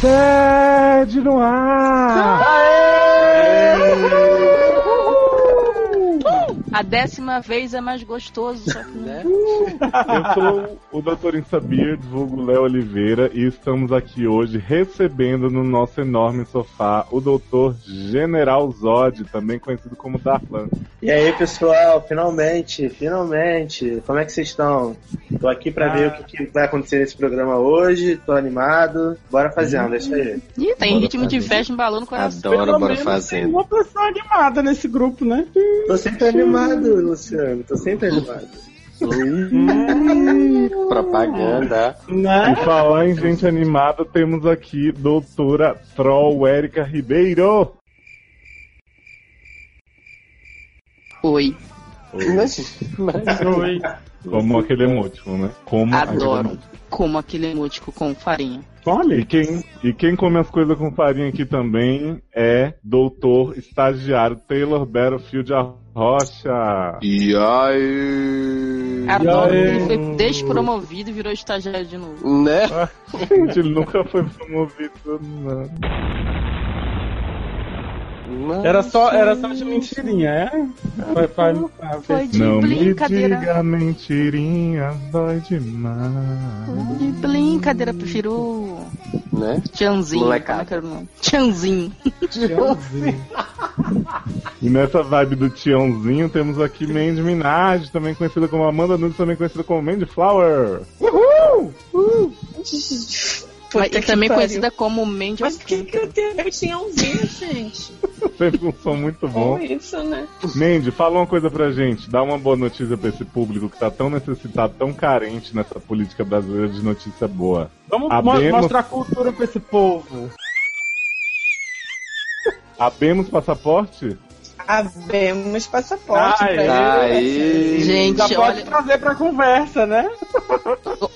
TED no ar! A décima vez é mais gostoso, só que Né? não. Eu sou o Dr. Insabir, vulgo Léo Oliveira, e estamos aqui hoje recebendo no nosso enorme sofá o Dr. General Zod, também conhecido como Darlan. E aí, pessoal, finalmente, finalmente. Como é que vocês estão? Tô aqui pra ver o que, que vai acontecer nesse programa hoje, tô animado. Bora fazendo, é isso aí. Ih, tem ritmo de festa embalando o coração. Hum. Adoro Pelo Bora menos tem Fazenda. uma pessoa animada nesse grupo, né? Tô sempre animado, Luciano, tô sempre animado. Propaganda. Né? E falar em gente animada, temos aqui doutora Troll Érica Ribeiro. Oi. Oi. Como aquele emotivo, né? Como aquele Adoro. emotivo. Como aquele emotico com farinha. E quem, e quem come as coisas com farinha aqui também é doutor estagiário Taylor Battlefield Rocha. E aí? Adoro. E aí? Ele foi despromovido e virou estagiário de novo. Né? Gente, ele nunca foi promovido, não. Era só, era só de mentirinha, é? Foi, foi, ah, Foi de Não me brincadeira. diga mentirinha, dói demais. De brincadeira, prefiro. Né? Tchanzinho. Como é Molecada. que era o nome? Tchanzinho. E nessa vibe do Tiãozinho, temos aqui Mandy Minaj, também conhecida como Amanda Nunes, também conhecida como Mandy Flower. Mas é também conhecida como Mandy Mas o que, que Alcântara. eu tenho a ver Tiãozinho, gente? Sempre um som muito Com bom. isso, né? Mandy, fala uma coisa pra gente. Dá uma boa notícia pra esse público que tá tão necessitado, tão carente nessa política brasileira de notícia boa. Vamos mo- Abemos. mostrar a cultura pra esse povo. Abemos passaporte? Havemos passaporte Ai, pra ele. Aí. Gente, Já pode olha, trazer pra conversa, né?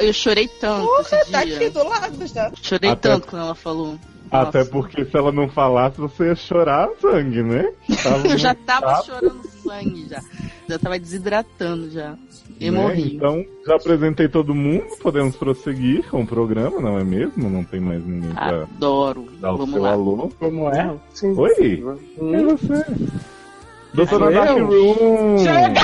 eu chorei tanto esse Tá aqui dia. do lado já. Chorei Até- tanto quando ela falou. Até Nossa. porque se ela não falasse, você ia chorar sangue, né? Tava Eu já muito tava chato, chorando sangue já. Já tava desidratando já. né? E morri. Então, já apresentei todo mundo, podemos prosseguir com o programa, não é mesmo? Não tem mais ninguém Ah, pra Adoro. dar o Vamos seu lá. alô. Como é? Oi! E você? Doutora Eu? Dark Room! Chega!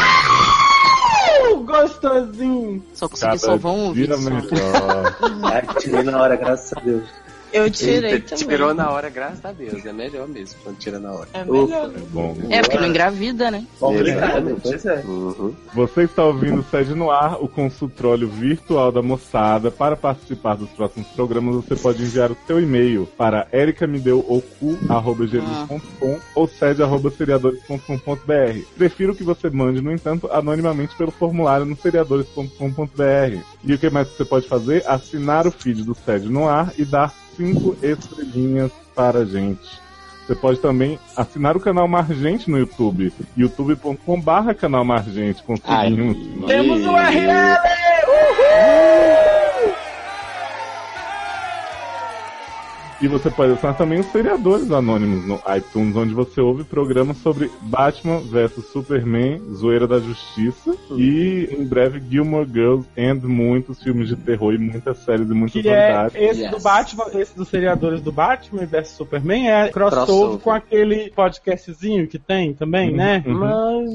Uh, gostosinho. Só consegui Cada salvar um dia ouvido. só. melhor. Ai, tirei na hora, graças a Deus. Eu tirei Eita, também. tirou na hora, graças a Deus. É melhor mesmo quando tira na hora. É melhor. É bom. É, porque não engravida, né? Obrigado, Exatamente. pois é. Uhum. Você está ouvindo o Sede no Ar, o consultório virtual da moçada. Para participar dos próximos programas, você pode enviar o seu e-mail para ericamedeuocu.com ou sede.seriadores.com.br. Prefiro que você mande, no entanto, anonimamente pelo formulário no seriadores.com.br. E o que mais você pode fazer? Assinar o feed do Sede no Ar e dar cinco estrelinhas para a gente. Você pode também assinar o canal Margente no YouTube, youtube.com.br canal Margente, conseguimos. Temos o URL! E você pode assinar também os seriadores anônimos no iTunes, onde você ouve programas sobre Batman vs Superman, Zoeira da Justiça e, em breve, Gilmore Girls and muitos filmes de terror e muitas séries e muitas Que é novidades. esse Yes. do Batman, esse dos seriadores do Batman vs Superman é crossover, Crossover. com aquele podcastzinho que tem também, né? Uhum.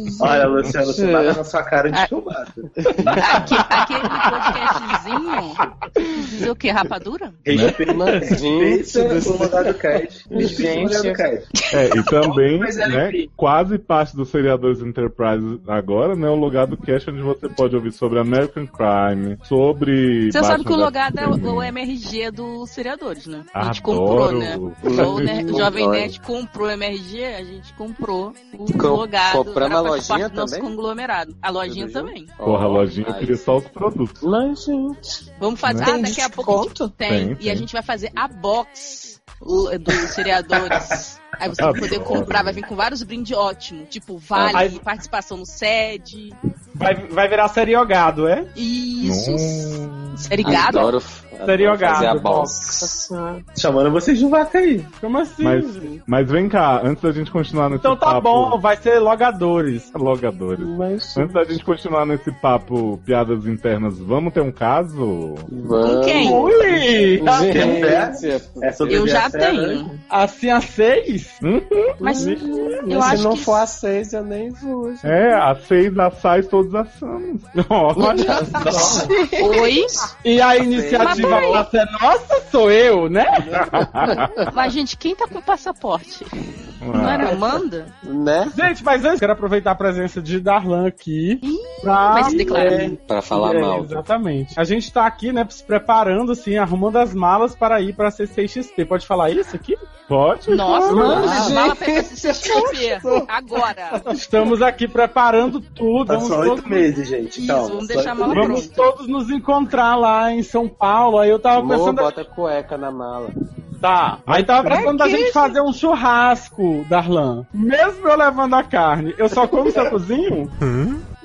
Mas. Olha, Luciano, você bate na sua cara de chumbado. Aque- Aquele podcastzinho. Dizer o quê? Rapadura? Respeita Gente o do mandado Cad. Respeita o Gente. mandado Cad. É, e também, Mas é né, incrível. quase parte dos seriadores Enterprise agora, né, o lugar do cast onde você pode ouvir sobre American Crime, sobre... Você Batman sabe que o vs logado é o, Superman. o MRG dos seriadores, né? A gente Adoro. comprou, né? O Adoro. ne- o Jovem Nerd comprou o MRG, a gente comprou o Com- logado. agora compramos a faz lojinha parte do nosso também? conglomerado. A lojinha Tudo também. Porra, a lojinha, eu Aí. queria só os produtos. Mas, gente. Vamos fazer. Tem Ah, daqui a pouco a gente desconto? tem. Tem, E a tem. gente vai fazer a box o- dos seriadores. Ah, Aí você vai poder Adoro. comprar, vai vir com vários brindes ótimos. Tipo, vale, Aí- participação no SED. Vai, vai virar seriogado, é? Isso. Hum. Serigado? Adoro, Seria adoro fazer a gado. box. Chamando vocês de vaca aí. Como assim? Mas- gente? Mas vem cá, antes da gente continuar nesse Então tá papo. bom, vai ser logadores. Logadores. Mas... Antes da gente continuar nesse papo piadas internas, vamos ter um caso? Vamos. quem? Ui! Tá Gente, É sobre Eu já viajar, né? tenho. Assim a seis? Mas eu Se acho não que. for a seis, eu nem vou. É, as seis assais, todos assamos. Olha só. Oi? E a Mas iniciativa peraí. vai ser nossa, sou eu, né? Mas, gente, quem tá com o passaporte? Não Ah, era Amanda? né? Gente, mas antes quero aproveitar a presença de Darlan aqui. Ih, pra- vai se declarar. é, Pra falar é, mal. Exatamente. A gente tá aqui, né, se preparando, assim, arrumando as malas para ir pra CCXP. Pode falar isso aqui? Pode? Nossa, Mano, mano, gente. fala pra esse CCXP. Agora. Estamos aqui preparando tudo. Tá Vamos só todos, oito meses, gente. Isso, Então, vamos só deixar a oito mala meses. vamos todos nos encontrar lá em São Paulo. Aí eu tava Amor, pensando. bota cueca na mala. Tá. Aí tava pensando da gente fazer um churrasco, Darlan. Mesmo eu levando a carne, eu só como se eu cozinho? É.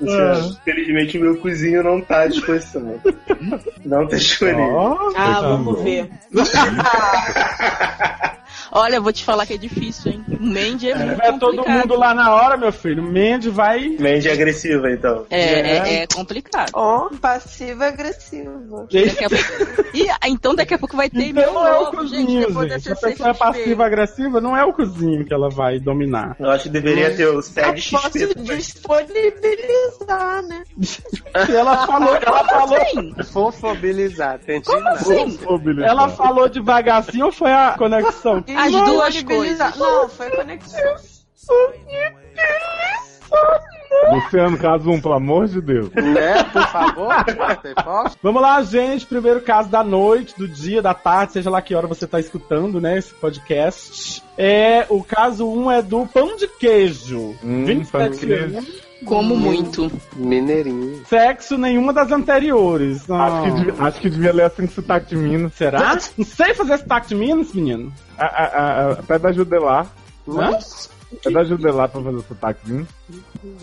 Isso, Felizmente o meu cozinho não tá à disposição. não tá disponível. Ó, Ah, tá vamos bom. ver. Olha, eu vou te falar que é difícil, hein? O Mandy é muito É todo complicado. mundo lá na hora, meu filho. Mandy vai. Mente agressiva, então. É, né? é, é complicado. Ó, passiva-agressiva. Daqui a pouco... Ih, então daqui a pouco vai ter Então não é o novo, gente, cozinho, depois da gente. A pessoa é CCXP. passiva-agressiva, não é o cozinho que ela vai dominar. Eu acho que deveria ter o Eu sede É XP. Ah, posso disponibilizar, né? E ela falou, ela falou, Sim, Fofobilizar, entendi como nada. assim? Mobilizar. ela falou devagarzinho ou foi a conexão? As duas Disponibilizar. coisas. Não, foi conexão. Luciano, caso um, pelo amor de Deus. Né? Por favor, você pode? Vamos lá, gente. Primeiro caso da noite, do dia, da tarde, seja lá que hora você tá escutando, né, esse podcast. É, o caso 1 um é do pão de queijo. Hum, pão de 27 queijo. anos. Como muito. Mineirinho. Sexo nenhuma das anteriores. Não. Acho, que devia, acho que devia ler assim sotaque de Minas. Será? Não sei fazer esse tacto Minas, menino. A, a, a, até da Judelar. Hã? É da Judelar pra fazer sotaque de Minas.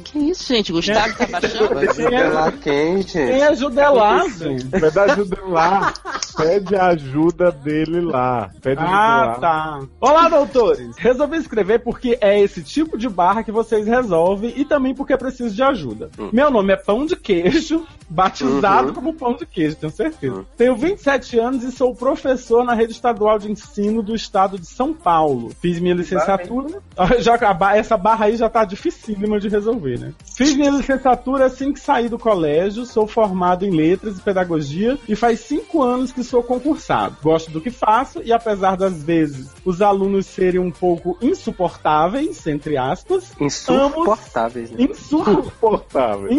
Que isso, gente? Gustavo tá baixando? Mas Quem é- lá quem, gente? Quem ajuda é lá, gente. É da Judelar. Pede a ajuda dele lá. Pede Ah, ajuda lá. tá. Olá, doutores! Resolvi escrever porque é esse tipo de barra que vocês resolvem e também porque preciso de ajuda. Hum. Meu nome é Pão de Queijo, batizado Uhum. como Pão de Queijo, tenho certeza. Tenho 27 anos e sou professor na rede estadual de ensino do estado de São Paulo. Fiz minha licenciatura. Já, a ba- essa barra aí já tá dificílima de resolver, né? Fiz minha licenciatura assim que saí do colégio, sou formado em letras e pedagogia e faz cinco anos que sou concursado. Gosto do que faço e apesar das vezes os alunos serem um pouco insuportáveis, entre aspas, Insuportáveis, né? Insuportável. insuportáveis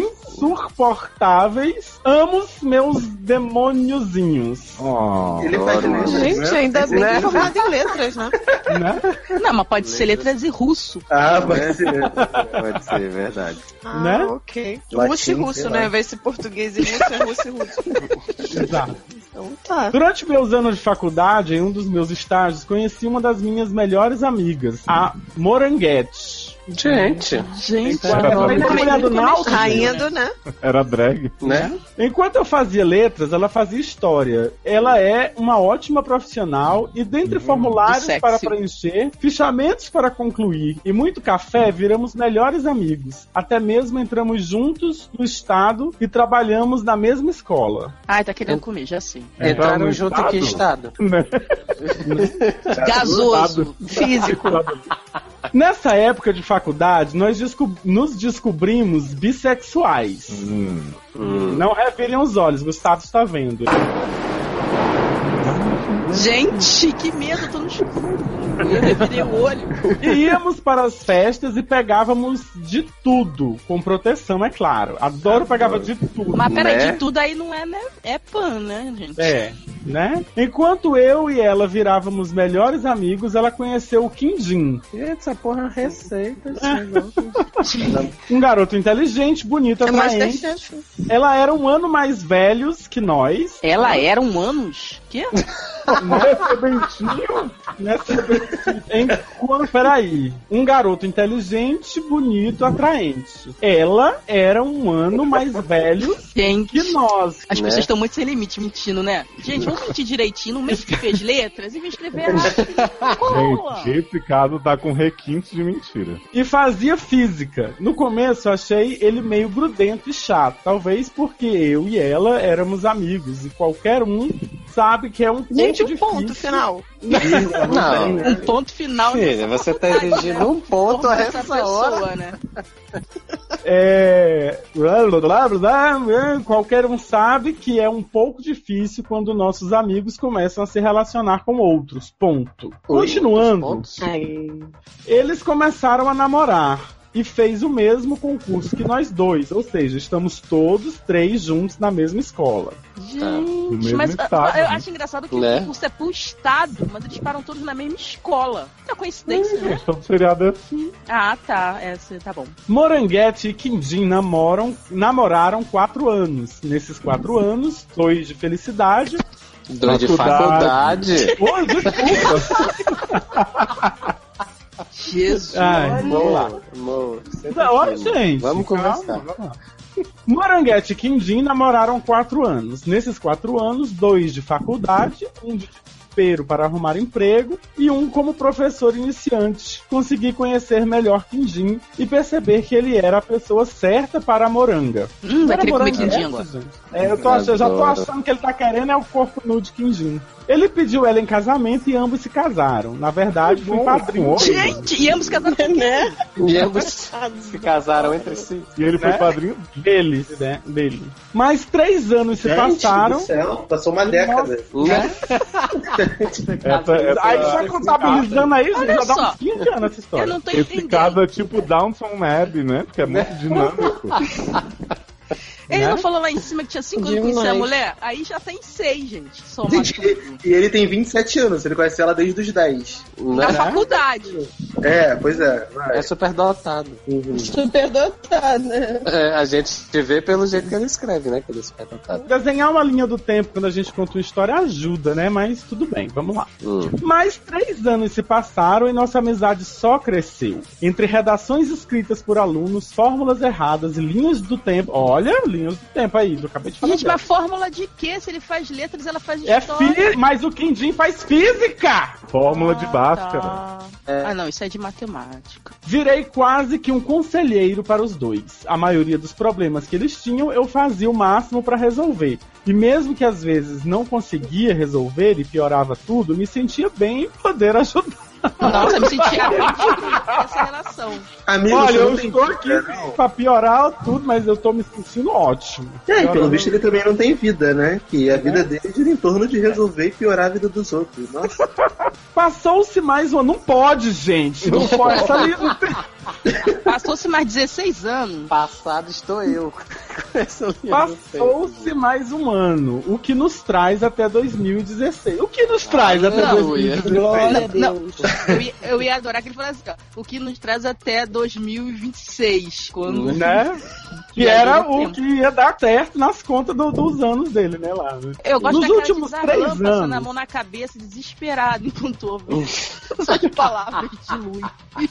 insuportáveis, amo os meus demôniozinhos. Oh. Ele faz Adoro, letras, né? é. Gente, ainda bem Né? que formado em letras, né? Né? Não, mas pode ser letras e russo. Ah, pode ser. Pode ser, é verdade. Ah, Né? ok. Latim, russo e sei russo, lá. né? Ao invés de português e russo, é russo e russo. Exato. Então tá. Durante meus anos de faculdade, em um dos meus estágios, conheci uma das minhas melhores amigas, a Moranguete. Gente, Gente, Era Ela é mulher do Náutico. Rainha do, né? Era drag. né? Enquanto eu fazia letras, ela fazia história. Ela é uma ótima profissional e dentre formulários sexy. para preencher, fichamentos para concluir e muito café, viramos melhores amigos. Até mesmo entramos juntos no estado e trabalhamos na mesma escola. Ai, tá querendo comer, já sei. Entraram no junto em que estado? Gasoso. Físico. Nessa época de faculdade, nós desco- nos descobrimos bissexuais. Hum. Não revirem os olhos, Gustavo está vendo. Gente, que medo, eu tô no escuro. Eu revirei o olho. E íamos para as festas e pegávamos de tudo, com proteção, é claro. Adoro pegava de tudo. Mas peraí, Né? de tudo aí não é, né? É pan, né, gente? É, né? Enquanto eu e ela virávamos melhores amigos, ela conheceu o Quindim. Essa porra é receita. assim, Um garoto inteligente, bonito, É mais atraente. deixante. Ela era um ano mais velhos que nós. Ela era um anos? Quê? Nossa, Bentinho! Nessa... em... quando- Peraí. Um garoto inteligente, bonito, atraente. Ela era um ano mais velho Gente, que nós. as Né? pessoas estão muito sem limite mentindo, né? Gente, vamos mentir direitinho, não mente que fez letras e me escrever errado. Boa! Gente, esse caso tá com requinte de mentira. E fazia física. No começo eu achei ele meio grudento e chato. Talvez porque eu e ela éramos amigos. E qualquer um sabe que é um pouco Gente, um difícil. ponto final. Não. Um ponto final de Filha, você tá exigindo um ponto a essa essa hora. pessoa, né? É, blá, blá, blá, blá, blá, qualquer um sabe que é um pouco difícil quando nossos amigos começam a se relacionar com outros. Ponto. Continuando, Pontos. eles começaram a namorar e fez o mesmo concurso que nós dois, ou seja, estamos todos três juntos na mesma escola. Do Gente, mesmo mas ah, estado, eu né? acho engraçado que Né? o concurso é pro estado, mas eles param todos na mesma escola. Tá coincidência, né? Gente, todo seriado é assim. Ah, tá. Essa, tá bom. Moranguete e Quindim namoram, namoraram quatro anos. Nesses quatro anos, dois de felicidade. Dois de Faculdade. faculdade. Oi, desculpa. Jesus. Ai, Vamos lá. Amor, senta Da hora, aqui. gente. Vamos Calma, conversar. vamos lá. Moranguete e Quindim namoraram quatro anos. Nesses quatro anos, dois de faculdade, um de desespero para arrumar emprego e um como professor iniciante. Consegui conhecer melhor Quindim e perceber que ele era a pessoa certa para a moranga. Hum, vai Era querer comer moranguete, quindim agora. gente. É, eu tô achando- já tô Adoro. achando que ele tá querendo é o corpo nu de Quindim. Ele pediu ela em casamento e ambos se casaram. Na verdade, fui padrinho. Gente, e ambos casaram com Né? E é ambos se casaram entre si. E ele foi Né? padrinho Deles, né? Dele. Mas três anos se É Gente passaram. do céu, passou uma década. Né? Essa, essa- Aí já contabilizando aí, tá Olha já dá só. uns 15 anos essa Eu história. não tô esse entendendo. caso é tipo Downton Abbey, né? Porque é muito dinâmico. Ele não falou lá em cima que tinha 5 anos Demais. com a mulher? Aí já tem 6, gente. um. Soma Gente, tudo. e ele tem 27 anos, ele conhece ela desde os 10. Na Né? faculdade. É, pois é. vai. É super dotado. Uhum. Super dotado, né? É, a gente te vê pelo jeito que ele escreve, né? Que ele é super dotado. Desenhar uma linha do tempo quando a gente conta uma história ajuda, né? Mas tudo bem, vamos lá. Hum. Mais três anos se passaram e nossa amizade só cresceu. Entre redações escritas por alunos, fórmulas erradas e linhas do tempo. Olha, linhas do tempo aí, eu acabei de falar. Gente, dela. mas fórmula de quê? Se ele faz letras, ela faz É história. fi... Mas o Quindim faz física! Fórmula de Ah, Bhaskara. tá. Ah, não, isso é de matemática. Virei quase que um conselheiro para os dois. A maioria dos problemas que eles tinham, eu fazia o máximo para resolver. E mesmo que às vezes não conseguia resolver e piorava tudo, me sentia bem em poder ajudar. Nossa, eu me senti arrependido dessa relação. Amigo, Olha, você eu não tem estou vida, aqui não. para piorar tudo, mas eu tô me sentindo ótimo. É, e Piorando- pelo visto ele também não tem vida, né? Que É. a vida dele gira em torno de resolver e piorar a vida dos outros. Nossa, Passou-se mais um ano. Não pode, gente. Não pode. Essa linha não tem- Passou-se mais 16 anos. Passado estou eu. Essa linha do tempo. Passou-se mais um ano, o que nos traz até 2016. O que nos traz até Aleluia. 2016? Glória a Não. Deus. Eu ia, eu ia adorar que ele falasse assim, ó, o que nos traz até 2026, quando... né? Que E aí era deu o tempo. que ia dar certo nas contas do- dos anos dele, né, lá. né? Eu gosto Nos da cara últimos de três Zarlan passando a anos. mão na cabeça, desesperado, enquanto ouve essas palavras de luz.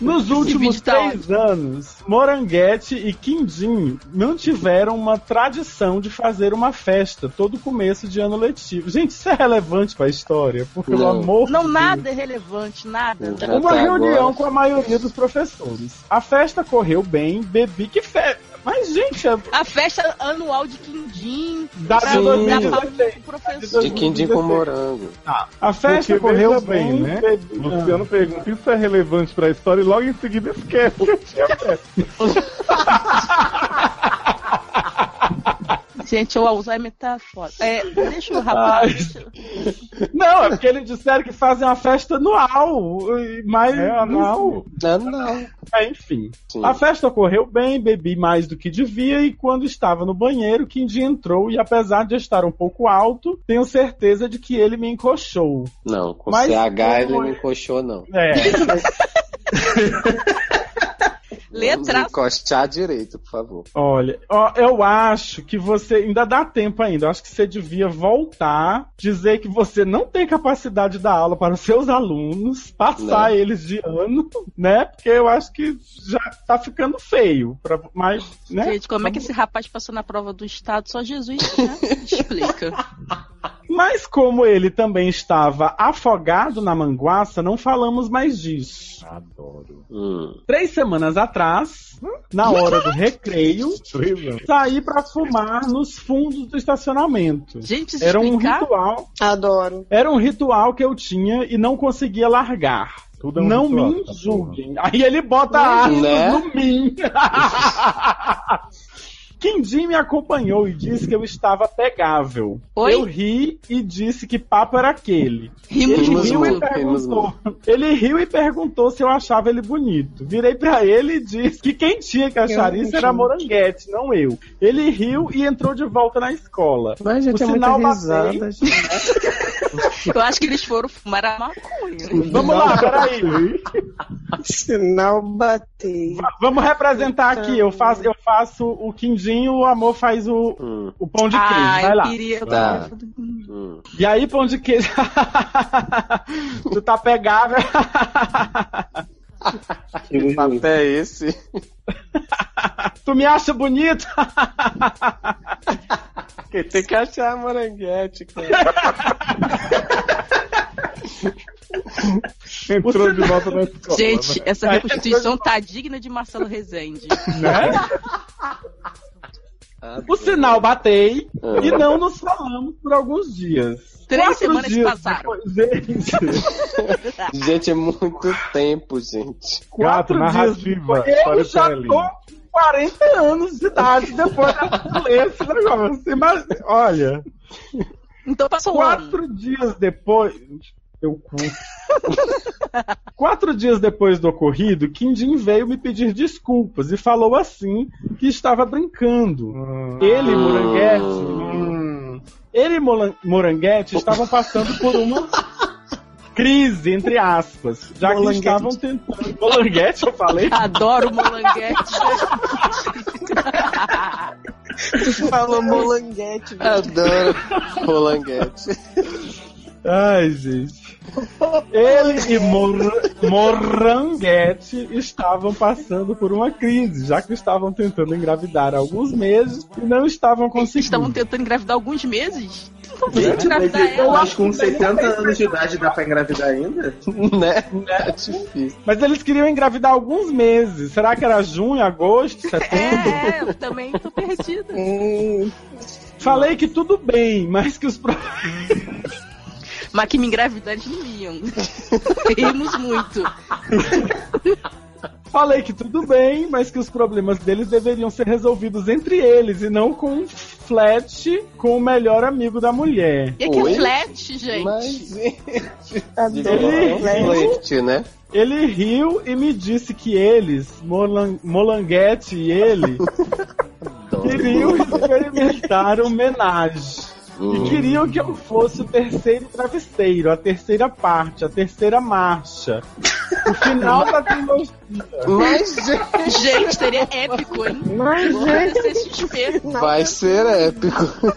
Nos últimos vídeo tá três anos, Moranguete e Quindim mantiveram uma tradição de fazer uma festa todo começo de ano letivo. Gente, isso é relevante pra história, porque o Não. amor. Não, de nada tá é relevante, nada. Não. Uma Até reunião agora. com a maioria dos professores. A festa correu bem, bebi que festa. Mas, gente, é A festa anual de Quindim, da pra Sim. dar Sim. palco 2016. pro professor. De quindim com morango. A festa Porque correu veja bem, bem, né? né? Luciano pergunta, isso é relevante pra história e logo em seguida esquece. Gente, o Alzheimer tá foda. É, deixa o rapaz. deixa- Não, é porque eles disseram que fazem uma festa anual, e- mas É anal. Ah, Não, Ah, não. É, enfim. Sim. A festa ocorreu bem, bebi mais do que devia e quando estava no banheiro, Kindy entrou e apesar de eu estar um pouco alto, tenho certeza de que ele me encoxou. Não, com Mas CH ele como não é? encoxou, não. É. Letra Encostar direito, por favor. Olha, ó, eu acho que você ainda dá tempo ainda. Eu acho que você devia voltar, dizer que você não tem capacidade da aula para os seus alunos, passar Não. eles de ano, né? Porque eu acho que já tá ficando feio. Pra, mas, né? Gente, como é que esse rapaz passou na prova do Estado? Só Jesus né? explica. Mas como ele também estava afogado na manguaça, não falamos mais disso. Adoro. Hum. Três semanas atrás, na hora do recreio, Três saí para fumar nos fundos do estacionamento. Gente, precisa Era um explicar? ritual, Adoro. era um ritual que eu tinha e não conseguia largar. Tudo é um não ritual, me essa julguem. Aí ele bota a aspas Né? no mim. Quindim me acompanhou e disse que eu estava pegável. Oi? Eu ri e disse que papo era aquele. Rimos Rimos muito. Ele riu, e muito. temos perguntou, ele riu e perguntou se eu achava ele bonito. Virei pra ele e disse que quem tinha que achar Eu isso não era tinha. Moranguete, não eu. Ele riu e entrou de volta na escola. Mas, gente, O é muita sinal bateu. risada, gente. Eu acho que eles foram fumar a maconha. Vamos lá, peraí. Sinal batei. Vamos representar aqui. Eu faço, eu faço o quindinho, o amor faz o, Hum, o pão de queijo. Ah, Vai eu lá. queria. Tá. hum. E aí, pão de queijo. tu tá pegável. Chegou junto. Até é esse. tu me acha bonito? Quem tem que achar a moranguete, cara. Entrou de volta na escola. Gente, né? essa reconstituição tá digna de Marcelo Rezende. Né? O sinal batei Ah. e não nos falamos por alguns dias. Três Quatro semanas dias passaram. depois, gente, Gente, é muito tempo, gente. quatro dias. narrativa, depois, Eu já storytelling. tô com 40 anos de idade depois de ler esse negócio. Mas, né? olha, Então passou um ano. quatro dias depois. Eu cu. Quatro dias depois do ocorrido, Quindim veio me pedir desculpas e falou assim que estava brincando. Hum. Ele, Moranguete, Hum. Ele e Molan- Moranguete estavam passando por uma crise, entre aspas, já Molanguete. que estavam tentando. Molanguete, eu falei? Adoro molanguete. Falou molanguete. Adoro moranguete. Ai, gente. Ele e Mor- Moranguete estavam passando por uma crise, já que estavam tentando engravidar há alguns meses e não estavam Vocês estavam conseguindo. tentando engravidar alguns meses? Não vão Gente, mas, engravidar ela. mas com 70 anos de idade dá pra engravidar ainda? Né? Tá difícil. Mas eles queriam engravidar há alguns meses. Será que era junho, agosto, setembro? É, eu também tô perdida. Hum, Falei que tudo bem, mas que os problemas. Mas que me engravidar eles não iam. Rimos muito. Falei que tudo bem, mas que os problemas deles deveriam ser resolvidos entre eles e não com um flat com o melhor amigo da mulher. E aqui é Oi? flat, gente. Mas, adoro. Ele- né? gente, É né? Ele riu e me disse que eles, Molan- Molanguete e ele, queriam experimentar homenagem. Uhum. Hum. E queriam que eu fosse o terceiro travesseiro, a terceira parte, a terceira marcha. O final tá um da trilogia. Mas, gente, Gente, seria épico, hein? Mas, Vou agradecer XP. vai ser épico.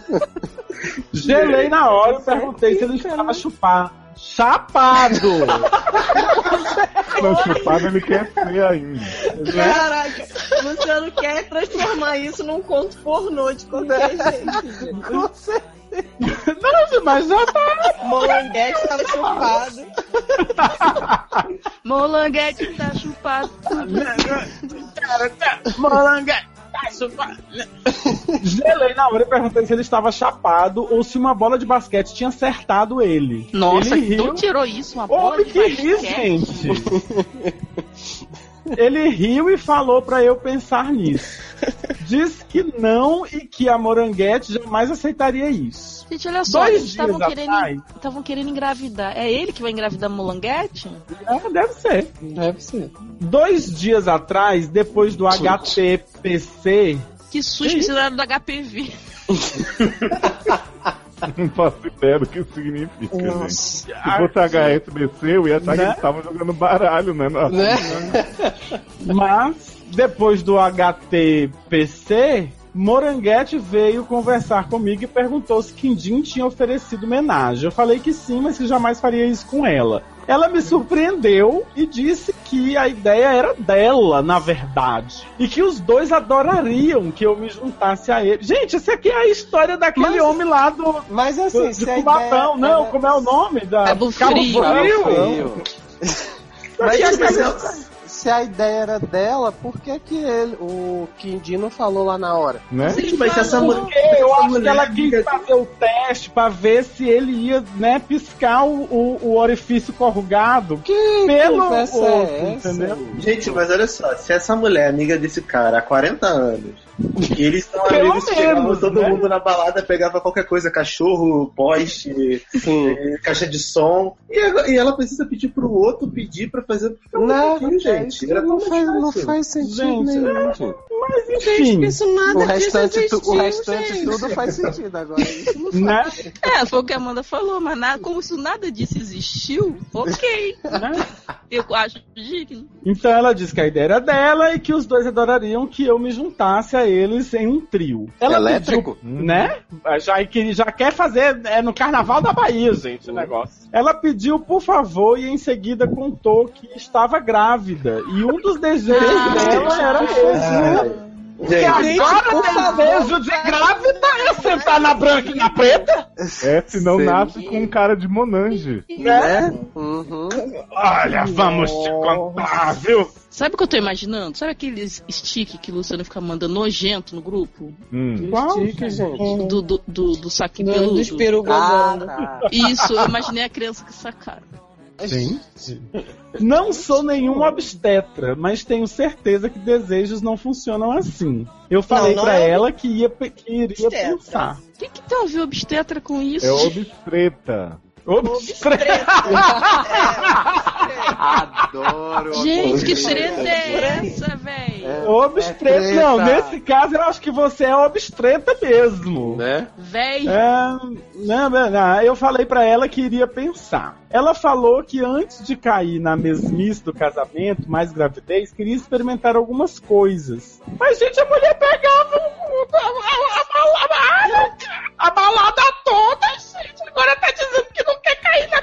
Gelei na hora e perguntei se ele estava chupar. Chapado! Não chupado, ele quer ser ainda. Caraca, você não quer transformar isso num conto pornô de qualquer jeito. Não, mas já tá. Molanguete tava chupado. Molanguete tá chupado. Gelei na hora e perguntei se ele estava chapado ou se uma bola de basquete tinha acertado ele. Nossa, ele tu riu. tirou isso, uma bola Homem de é? que riu, basquete. gente! Ele riu e falou pra eu pensar nisso. Diz que não e que a Moranguete jamais aceitaria isso. Gente, olha só, Dois eles estavam dias querendo, atrás. estavam querendo engravidar. É ele que vai engravidar Molanguete? É, deve ser. Deve ser. Dois dias atrás, depois do HTPC, Que susto esse horário do HPV. Não faço ideia do que isso significa, gente. Nossa. Se fosse HSBC, eu ia estar que eles estavam jogando baralho, né? Nossa. Né? mas Depois do HTPC, Moranguete veio conversar comigo e perguntou se Quindim tinha oferecido homenagem. Eu falei que sim, mas que jamais faria isso com ela. Ela me surpreendeu e disse que a ideia era dela, na verdade. E que os dois adorariam que eu me juntasse a ele. Gente, essa aqui é a história daquele Mas- homem lá do, Mas assim, do, se do a Cubatão. ideia Não, era- como é o nome? Da... Cabo Frio. Cabo Frio. Frio. Mas Mas, isso assim, se a ideia era dela, por que que ele, o Quindim não falou lá na hora? Né? Sim, Mas se essa mulher. Porque eu essa acho que ela fica- quis fazer o teste pra ver se ele ia, né, piscar o, o, o orifício corrugado. Que Pelo conversa outro, é essa? entendeu? Gente, mas olha só, se essa mulher é amiga desse cara há 40 anos, e eles são Pelo amigos que pegavam menos, todo né? mundo na balada, pegava qualquer coisa, cachorro, poste, Sim. eh, caixa de som, e, agora- e ela precisa pedir pro outro pedir pra fazer. Pra Não, outro, gente, Era tão não, faz, fácil. não faz sentido Gente, nenhum, gente. Mas Gente, enfim, isso O nada disso restante, tu- existiu, o restante gente. tudo faz sentido agora. Isso não né? É, foi o que a Amanda falou, mas nada, como isso nada disso existiu, ok. Eu acho digno. Então ela disse que a ideia era dela e que os dois adorariam que eu me juntasse a eles em um trio. Elétrico? pediu, né? Já, que já quer fazer é no carnaval da Bahia, gente, o negócio. Ela pediu, por favor, e em seguida contou que estava grávida. E um dos desejos dela era esse. E Gente, agora por tem favor, desejo de grávida é sentar na branca e na preta? É, se não Sim. nasce com um cara de Monange. Né? Uhum. Olha, vamos te contar, viu? Sabe o que eu tô imaginando? Sabe aqueles stick que o Luciano fica mandando nojento no grupo? Hum. Chique, gente. Do, do, do, do saquinho Do, dos peludo? peru Ah, gozando. tá. Isso, eu imaginei a criança com essa cara. Não sou nenhum obstetra, mas tenho certeza que desejos não funcionam assim. Eu falei não pra é ela que, ia, pe- que iria obstetra. pensar. O que, que tem a ver obstetra com isso? É obstreta. Um Obstetra. Adoro. Gente, que Adoro. treta é essa, véi? É. Obstreta. É Não, treta. nesse caso eu acho que você é obstreta mesmo. Né? Véi, É, não, não, não, eu falei pra ela que iria pensar. Ela falou que antes de cair na mesmice do casamento, mais gravidez, queria experimentar algumas coisas. Mas, gente, a mulher pegava o- o- a, a- a- a- a balada toda, gente. Agora tá dizendo que não quer cair na.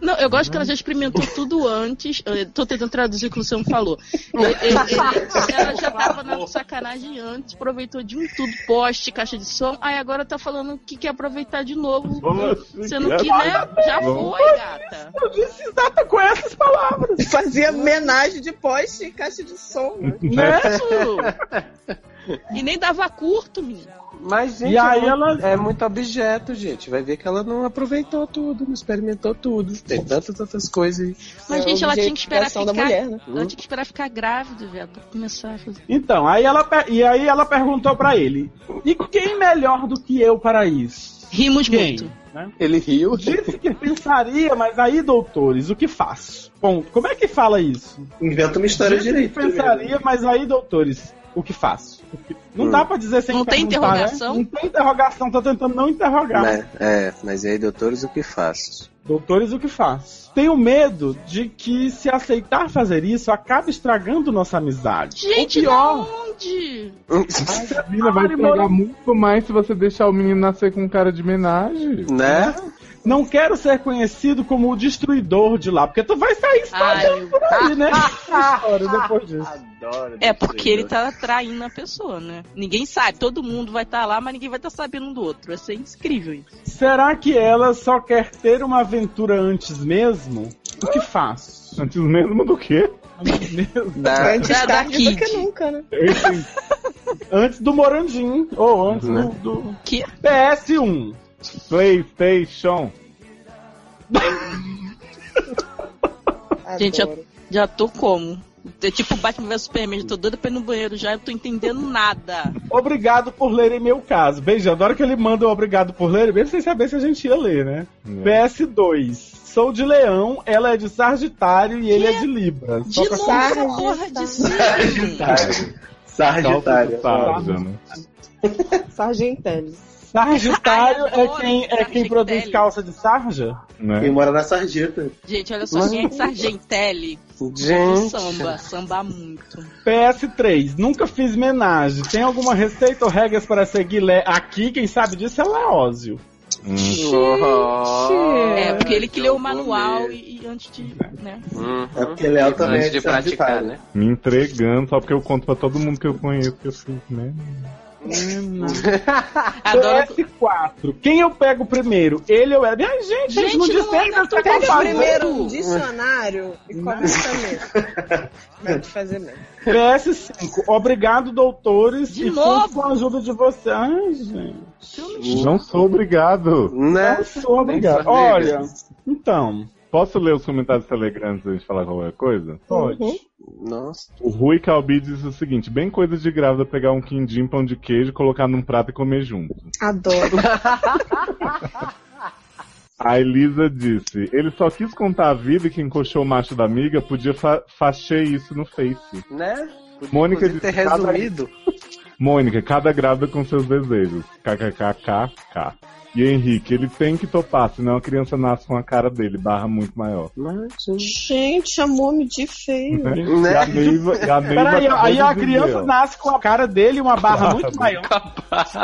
não, eu gosto que ela já experimentou tudo antes. Eu tô tentando traduzir o que o Luciano falou. Ele- ele- ela já tava na sacanagem antes, aproveitou de um tudo, poste, caixa de som. Aí agora tá falando que quer aproveitar de novo. Sendo que, né, já foi, gata. Eu disse exata com essas palavras. Fazia homenagem de poste e caixa de som. né? Né? Isso! E nem dava curto, menino. Mas, gente, E aí é, muito, ela- é muito objeto, gente. Vai ver que ela não aproveitou tudo, não experimentou tudo. Tem tantas outras coisas aí. Mas, É gente, ela tinha que esperar objetificação da ficar- mulher, né? Ela tinha que esperar ficar grávida, velho, pra começar a fazer. Então, aí ela, per- e aí ela perguntou pra ele: e quem melhor do que eu para isso? Rimos Quem? muito. Ele riu. né? Disse que pensaria, mas aí, doutores, o que faço? Ponto. Como é que fala isso? inventa uma história Disse direito. né? que pensaria, mas aí, doutores, o que faço? Não dá pra dizer sem Não tem perguntar, né? interrogação? Não tem interrogação, tô tentando não interrogar. Né? É, mas e aí, doutores, o que faço? Doutores, o que faço? Tenho medo de que se aceitar fazer isso, acabe estragando nossa amizade. Gente, o pior, da onde? A vida vai estragar muito mais se você deixar o menino nascer com cara de homenagem. Né? não quero ser conhecido como o destruidor de lá, porque tu vai sair Ai, tá. estragando por aí, né? História depois disso. Adoro. é porque ele tá traindo a pessoa, né? Ninguém sabe, todo mundo vai estar lá, mas ninguém vai estar sabendo um do outro. Vai ser incrível isso. Será que ela só quer ter uma aventura antes mesmo? O que faço? Antes mesmo do que? Antes mesmo? Dá. Antes Da- da tarde do Kid. que nunca, né? Eu entendi. Antes do Morandim, ou antes Né. do, do Que? PS1. PlayStation. Gente, Adoro. Já tô como? É tipo Batman vs Superman, eu tô doida pra ir no banheiro já, eu não tô entendendo nada. Obrigado por lerem meu caso. Beijo, adoro que ele manda um obrigado por lerem, mesmo sem saber se a gente ia ler, né? É. PS2. Sou de leão, ela é de Sagitário e ele é de Libra. De Só novo, pra- essa porra de signo. Sargitário. Sarja, né? Sargentelli. Sargitário Ai, é adoro quem, é quem Sargentelli. produz calça de sarja? E né? mora na sarjeta. Gente, olha só quem é que Sargentelli. Gente. Samba, samba muito. PS3, nunca fiz menagem. Tem alguma receita ou regras para seguir le... aqui? Quem sabe disso é Laózio. Hum. Oh. É, porque ele que leu o manual Jogou mesmo. e, e antes de. Né? Uhum. É porque Léo também Antes de é sargentado. praticar, né? Me entregando, só porque eu conto pra todo mundo que eu conheço que eu fiz, né? Adoro. PS4, quem eu pego primeiro? Ele ou ela? Ai, gente, gente, Gente, não não disseram é, não, que eu tu pega fazendo. Primeiro um dicionário e começa mesmo. Vai te fazer mesmo. PS5, obrigado, doutores. De e novo? conto com a ajuda de vocês. Ai, gente. Não sou obrigado. Né? Eu sou obrigado. Nem sou Olha, negro. então. Posso ler os comentários do Telegram antes da gente falar qualquer coisa? Uhum. Pode. Uhum. Nossa. O Rui Calbi diz o seguinte: bem coisa de grávida pegar um quindim, pão de queijo, colocar num prato e comer junto. Adoro. A Elisa disse: ele só quis contar a vida e que encoxou o macho da amiga podia fa fachei isso no Face. Né? Mônica Inclusive, ter disse, cada- resumido. Mônica, cada grávida com seus desejos. KKKKK. E Henrique, ele tem que topar, senão a criança nasce com a cara dele, barra muito maior. Gente, chamou-me de feio. E a Né? Neiva, e a Neiva Peraí, acabou aí de a dizer, criança ó. nasce com a cara dele e uma barra muito maior. A Neiva Cabarra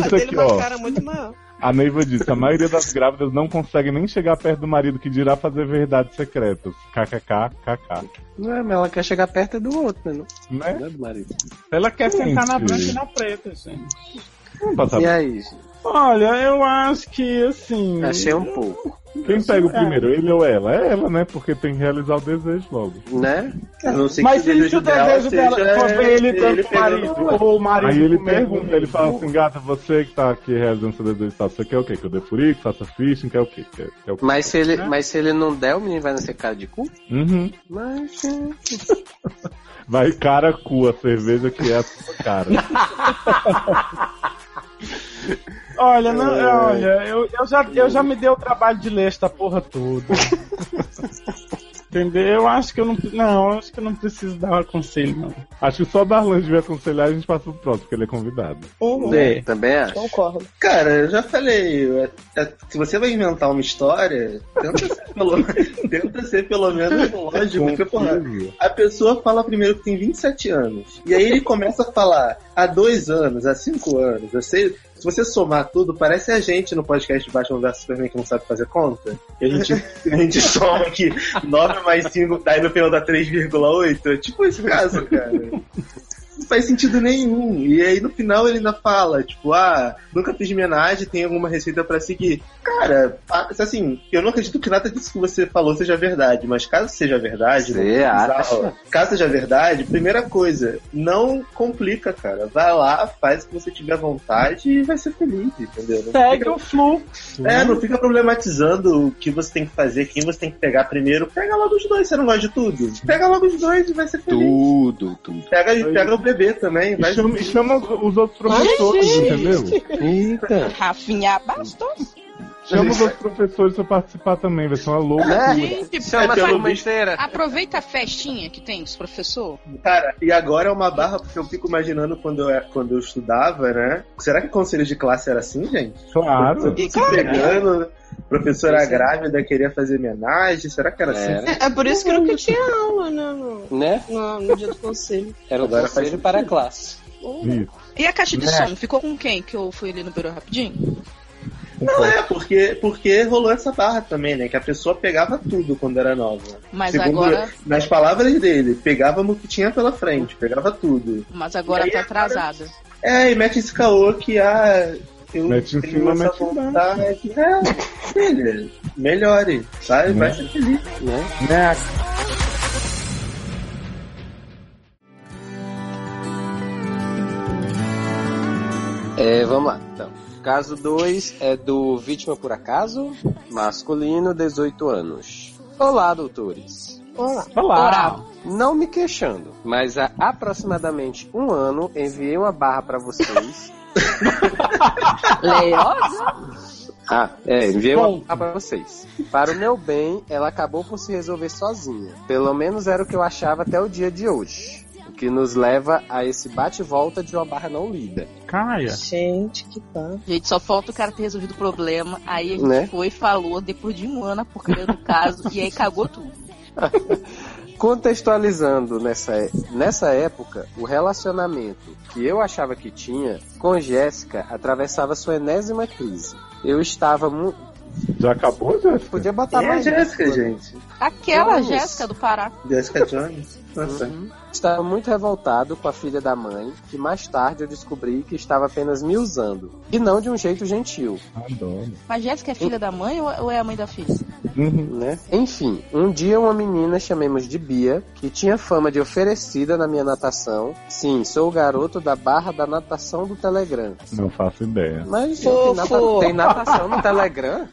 disse dele aqui, uma ó. cara muito maior. A Neiva disse, a maioria das grávidas não consegue nem chegar perto do marido que dirá fazer verdades secretas. KKKKK. Não é, mas ela quer chegar perto do outro, né? Né? Não é do marido. Ela quer sentar na Gente. branca e na preta, gente. Vamos Tá passar. E aí, gente? Olha, eu acho que assim. Achei um pouco. Quem pega o É. primeiro, ele ou ela? É ela, né? Porque tem que realizar o desejo logo. Né? A não ser Mas que se o desejo dela for seja ver ele tanto o pegando marido o outro. ou o marido. Aí ele com medo pergunta, ele dele. fala assim, gata, você que tá aqui realizando seu desejo, e tal, você quer o quê? Que eu dê furico, faça fishing, quer o quê? Quer, quer o quê? Mas se, ele, mas se ele não der, o menino vai nascer cara de cu? Uhum. Mas, gente, Vai cara cu a cerveja que é a sua cara. Olha, não, É. olha, eu, eu, já, eu já me dei o trabalho de ler esta porra toda. Entendeu? Eu acho que eu não. Não, eu acho que eu não preciso dar um conselho, não. Acho que só Darlan devia aconselhar e a gente passa pro próximo, porque ele é convidado. É. Né? também acho. Concordo. Cara, eu já falei, é- é- se você vai inventar uma história, tenta ser pelo, tenta ser pelo menos lógico, porque, porra, A pessoa fala primeiro que tem 27 anos. E aí ele começa a falar há dois anos, há cinco anos, há seis. Se você somar tudo, parece a gente no podcast de Batman vs Superman que não sabe fazer conta. E a gente, a gente soma aqui 9 mais 5, daí no final dá 3,8. É tipo esse caso, cara. Não faz sentido nenhum. E aí no final ele ainda fala, tipo, ah, nunca fiz homenagem, tem alguma receita pra seguir. Cara, fa- assim, eu não acredito que nada disso que você falou seja verdade, mas caso seja verdade, Você não- acha? bizarro. caso seja verdade, primeira coisa, não complica, cara. Vai lá, faz o que você tiver vontade e vai ser feliz, entendeu? Não Segue fica- o fluxo. É, né? não fica problematizando o que você tem que fazer, quem você tem que pegar primeiro. Pega logo os dois, você não gosta de tudo. Pega logo os dois e vai ser feliz. Tudo, tudo. Pega, pega o bebê também, E vai chama, e chama os- os outros professores, entendeu? Eita. Rafinha Bastos. Chama os outros professores pra participar também, vai ser uma louca. Né? Gente, Chama É pelo essa comenteira. aproveita a festinha que tem dos professor. Cara, e agora é uma barra porque eu fico imaginando quando eu, era- quando eu estudava, né? Será que conselho de classe era assim, gente? Claro. Todo mundo se pegando, professora grávida queria fazer homenagem, será que era assim? Era, É, é por isso que eu nunca tinha aula, né? No, né? no, no dia do conselho. Era o Agora faz conselho para a classe. Isso. E a caixa de som, ficou com quem? Que eu fui ali no bureau rapidinho? Não, é, porque, porque rolou essa barra também, né? Que a pessoa pegava tudo quando era nova. Mas Segundo, agora. nas palavras dele, pegava o que tinha pela frente, pegava tudo. Mas agora E aí, tá atrasada. É, e mete esse caô que, ah, eu Mete em tenho cima, essa mete vontade. É, filha, melhore, Né? sabe? Vai ser feliz. É, vamos lá, então. Caso 2 é do vítima por acaso, masculino, 18 anos. Olá, doutores. Olá. Olá. Oral. Não me queixando, mas há aproximadamente um ano enviei uma barra pra vocês. Leosa? ah, é, enviei uma Ponto. barra pra vocês. Para o meu bem, ela acabou por se resolver sozinha. Pelo menos era o que eu achava até o dia de hoje. O que nos leva a esse bate-volta de uma barra não lida. Caia. Gente, que tá. Gente, só falta o cara ter resolvido o problema. Aí a gente Né? foi, falou, depois de um ano, a porcaria do caso, e aí cagou tudo. Contextualizando nessa, nessa época, o relacionamento que eu achava que tinha com Jéssica atravessava sua enésima crise. Eu estava mu- Já acabou, Jéssica? Podia Quem Tá botar é a mais. Jéssica, isso, gente? Aquela Nossa. Jéssica do Pará. Jéssica Jones? Nossa. Estava muito revoltado com a filha da mãe, que mais tarde eu descobri que estava apenas me usando. E não de um jeito gentil, Adoro. Mas Jéssica é filha da mãe ou ou é a mãe da filha? Uhum. né? Enfim, um dia uma menina, chamemos de Bia, que tinha fama de oferecida na minha natação. Sim, sou o garoto da barra da natação do Telegram. Não faço ideia. Mas gente, Fofo. tem, nata- tem natação no Telegram,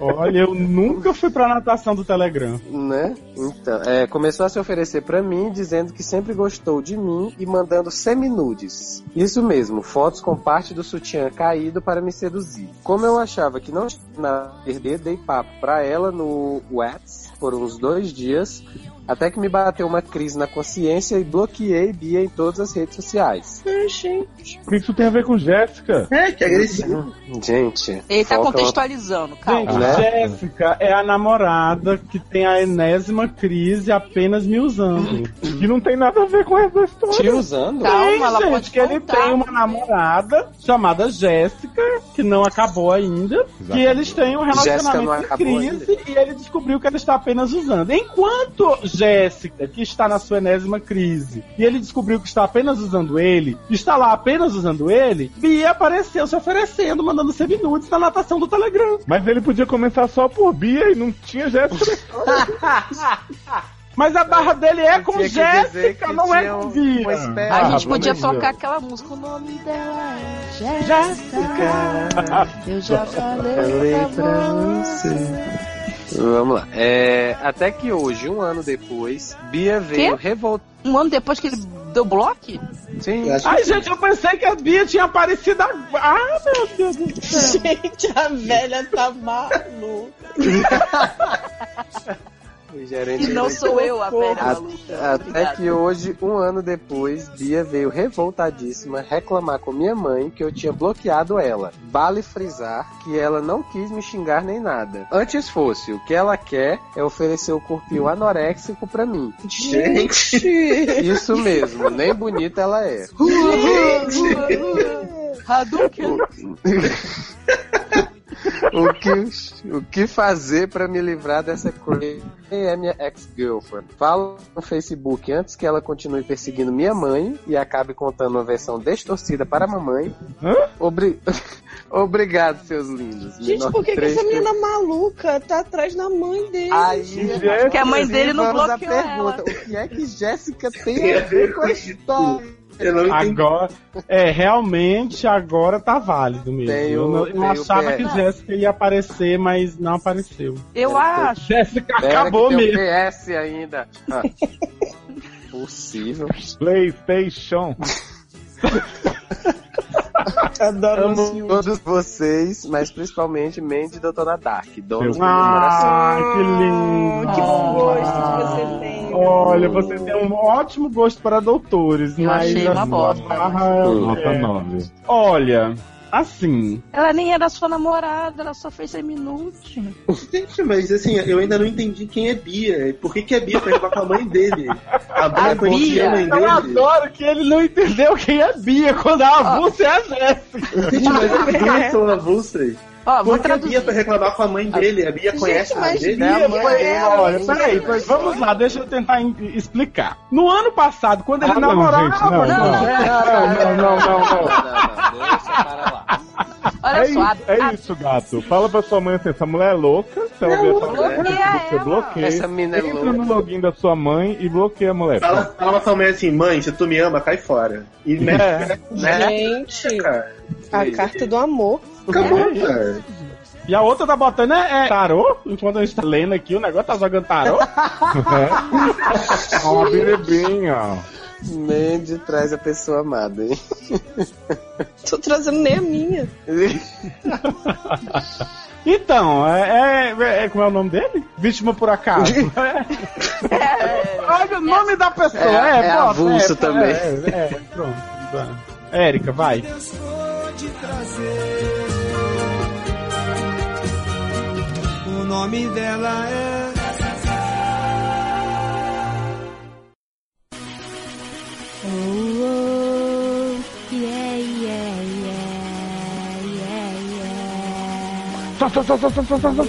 Olha, eu nunca fui pra natação do Telegram. né? Então, é, começou a se oferecer pra mim, dizendo que sempre gostou de mim e mandando seminudes. Isso mesmo, fotos com parte do sutiã caído para me seduzir. Como eu achava que não tinha nada a perder, dei papo pra ela no Whats por uns dois dias, até que me bateu uma crise na consciência e bloqueei Bia em todas as redes sociais. O que isso tem a ver com Jéssica? É, que agressivo. Gente, Ele tá foca- contextualizando, calma. Gente, né? Jéssica é a namorada que tem a enésima crise apenas me usando. Que não tem nada a ver com essa história. te usando. Calma, Tem, ela gente, pode que ele contar. tem uma namorada chamada Jéssica, que não acabou ainda, Já que eles têm Jéssica um não relacionamento em acabou crise e ele descobriu que ela está apenas usando. Enquanto Jéssica, que está na sua enésima crise, e ele descobriu que está apenas usando ele, está lá apenas usando ele, Bia apareceu se oferecendo, mandando seminudes na natação do Telegram. Mas ele podia começar só por Bia e não tinha Jéssica. Mas a barra dele é com Tinha que dizer Jéssica, que não é tinha com um- Bia. uma espécie- A Ah, gente podia vamos ver. tocar aquela música, o nome dela é Jéssica. Jéssica. Eu já É falei pra você. Vamos lá. É, até que hoje, um ano depois, Bia veio revoltada. Um ano depois que ele deu bloco? Sim, Eu acho Ai, gente, eu pensei que a Bia tinha aparecido agora. Ah, meu Deus do céu. Gente, a velha tá maluca. o gerente E não veio- sou eu a velha At- maluca. Até que hoje, um ano depois, Bia veio revoltadíssima reclamar com minha mãe que eu tinha bloqueado ela. Vale frisar que ela não quis me xingar nem nada. Antes fosse, o que ela quer é oferecer o corpinho anoréxico pra mim. Gente, Isso mesmo, nem bonita ela é. Hadouken. o, que, o que fazer pra me livrar dessa coisa? Quem é minha ex-girlfriend? Falo no Facebook antes que ela continue perseguindo minha mãe e acabe contando uma versão distorcida para a mamãe. Obri- Obrigado, seus lindos. Gente, Menor por que, que três Ah, essa menina é maluca tá atrás da mãe dele? Aí, Porque é a mãe dele não vamos à bloqueou ela. pergunta, O que é que Jéssica é tem a ver com a história? eu não entendi. Ah, Agora, é, realmente agora tá válido mesmo. Tem o- eu não- eu tem o achava PR. que Jéssica ia aparecer, mas não apareceu. Eu acho. Jéssica Pera acabou que tem um o mesmo. PS ainda. Ah. Possível. PlayStation. Adoro Amo isso. todos vocês, mas principalmente Mandy e Doutora Dark, donos do meu coração. Ah, que lindo. Que bom gosto Ah. que você tem. Olha, você tem um ótimo gosto para doutores, Eu mas achei uma a sua bosta. barra- Nota é. 9. Olha, assim, Ela nem era sua namorada, ela só fez seminute. Gente, mas assim, eu ainda não entendi quem é Bia. e Por que, que é Bia pra levar com a mãe dele? A Bia A conhecia a mãe eu dele? adoro que ele não entendeu quem é Bia quando a avulsa é a Jéssica. Gente, mas as duas são avulsas. Ó, Ah, vou Por que a Bia traduzir. pra reclamar com a mãe dele? A Bia conhece a mãe mas dele? Bia- Bia, mãe foi- dela, olha, né? é peraí, foi- vamos lá, deixa eu tentar em- explicar. No ano passado, quando ele Ah, não, namorava, gente, Ah, não, não, né? Não, não, não, não. Deixa para lá. Olha É, só, a, isso, é isso, gato. Fala pra sua mãe assim: essa mulher é louca. Se ela ver essa mulher, bloqueia você ela. bloqueia. Essa mina é Entra no louca. login da sua mãe e bloqueia a mulher. Fala, fala pra mãe assim, mãe, se tu me ama, cai fora. E mexe É. né? Gente, cara. a carta do amor. É Acabou, cara. E a outra tá botando é, é tarô, enquanto a gente tá lendo aqui, o negócio tá jogando tarô. É uma biribinha. Mandy traz a pessoa amada, hein? Tô trazendo nem a minha. Então, é, é- é- Como é o nome dele? Vítima por acaso. é, Olha o nome da pessoa. É- É, é bota, avulso é, também. É, é, pronto. vai. Érica, vai. O nome dela é. Oh, oh, yeah, yeah, yeah, yeah, yeah.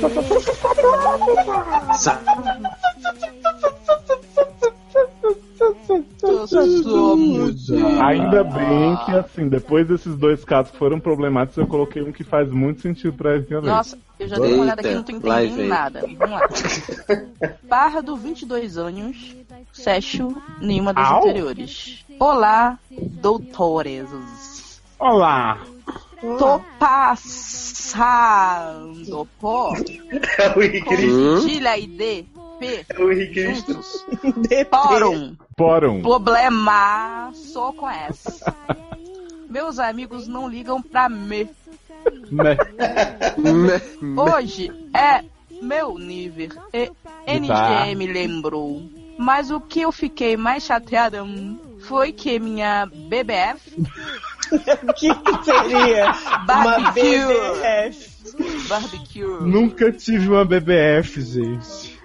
É, Ainda bem que, assim, depois desses dois casos foram problemáticos, eu coloquei um que faz muito sentido pra esse vez. Nossa, eu já dei uma olhada Eita, aqui, não tô lá entendendo vem. nada. Vamos lá. Barra do 22 anos, sexo, nenhuma das Au. anteriores. Olá, doutores. Olá. Tô passando por É o Henrique, Hum? Tilha e DP é o Henrique Cristo. juntos. Para um Fórum. problema só com S. Meus amigos não ligam pra mim. Né? Hoje é meu nível. E NGM lembrou. Mas o que eu fiquei mais chateada hum, foi que minha BBF, O que, que seria? Uma barbecue, BBF. barbecue, Nunca tive uma BBF, gente.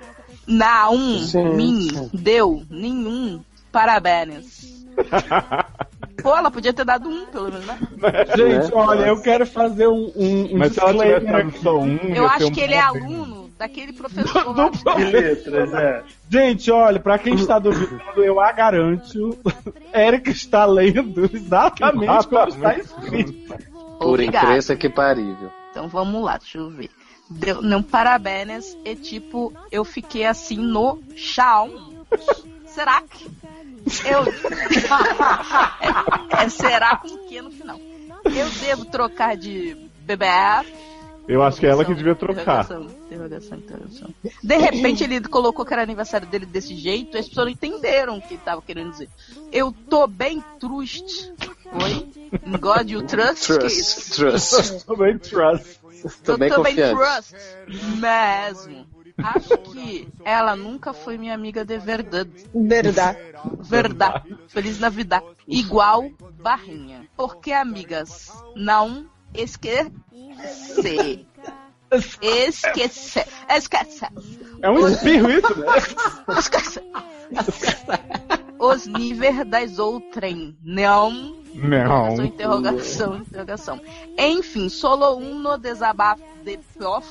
na um Gente. mim deu nenhum parabéns. Pô, ela podia ter dado um, pelo menos, né? Gente, Né? olha, eu quero fazer um, um, É. um Mas se ela disclaimer tivesse dado aqui. só um. Eu, ia ter acho um que ele é problema. aluno daquele professor lá. Não, De letras, é. Gente, olha, pra quem está duvidando, eu a garanto. Érica está lendo exatamente como está escrito. Por Obrigado. incrível que parível. Então vamos lá, deixa eu ver. Deu, não, parabéns. E tipo, eu fiquei assim no chão. Será que? Eu. é, é será com que no final. Eu devo trocar de BBF. Eu acho que é ela que devia trocar. Interrogação, interrogação, interrogação. De repente ele colocou que era aniversário dele desse jeito, as pessoas não entenderam o que ele tava querendo dizer. Eu tô bem trust. Oi? God you trust? Que isso? Trust, trust. Também trust. Tô bem confiante. trust mesmo. Acho que ela nunca foi minha amiga de verdade. Verdade. Verdade. Feliz Navidad. Igual barrinha. Porque, amigas, não esquecer. Esquecer. Esquecer. É um espirro isso, né? Esquecer. Os níveis das outrem. Não Não. Interrogação, interrogação, interrogação. Enfim, solo um no desabafo de prof.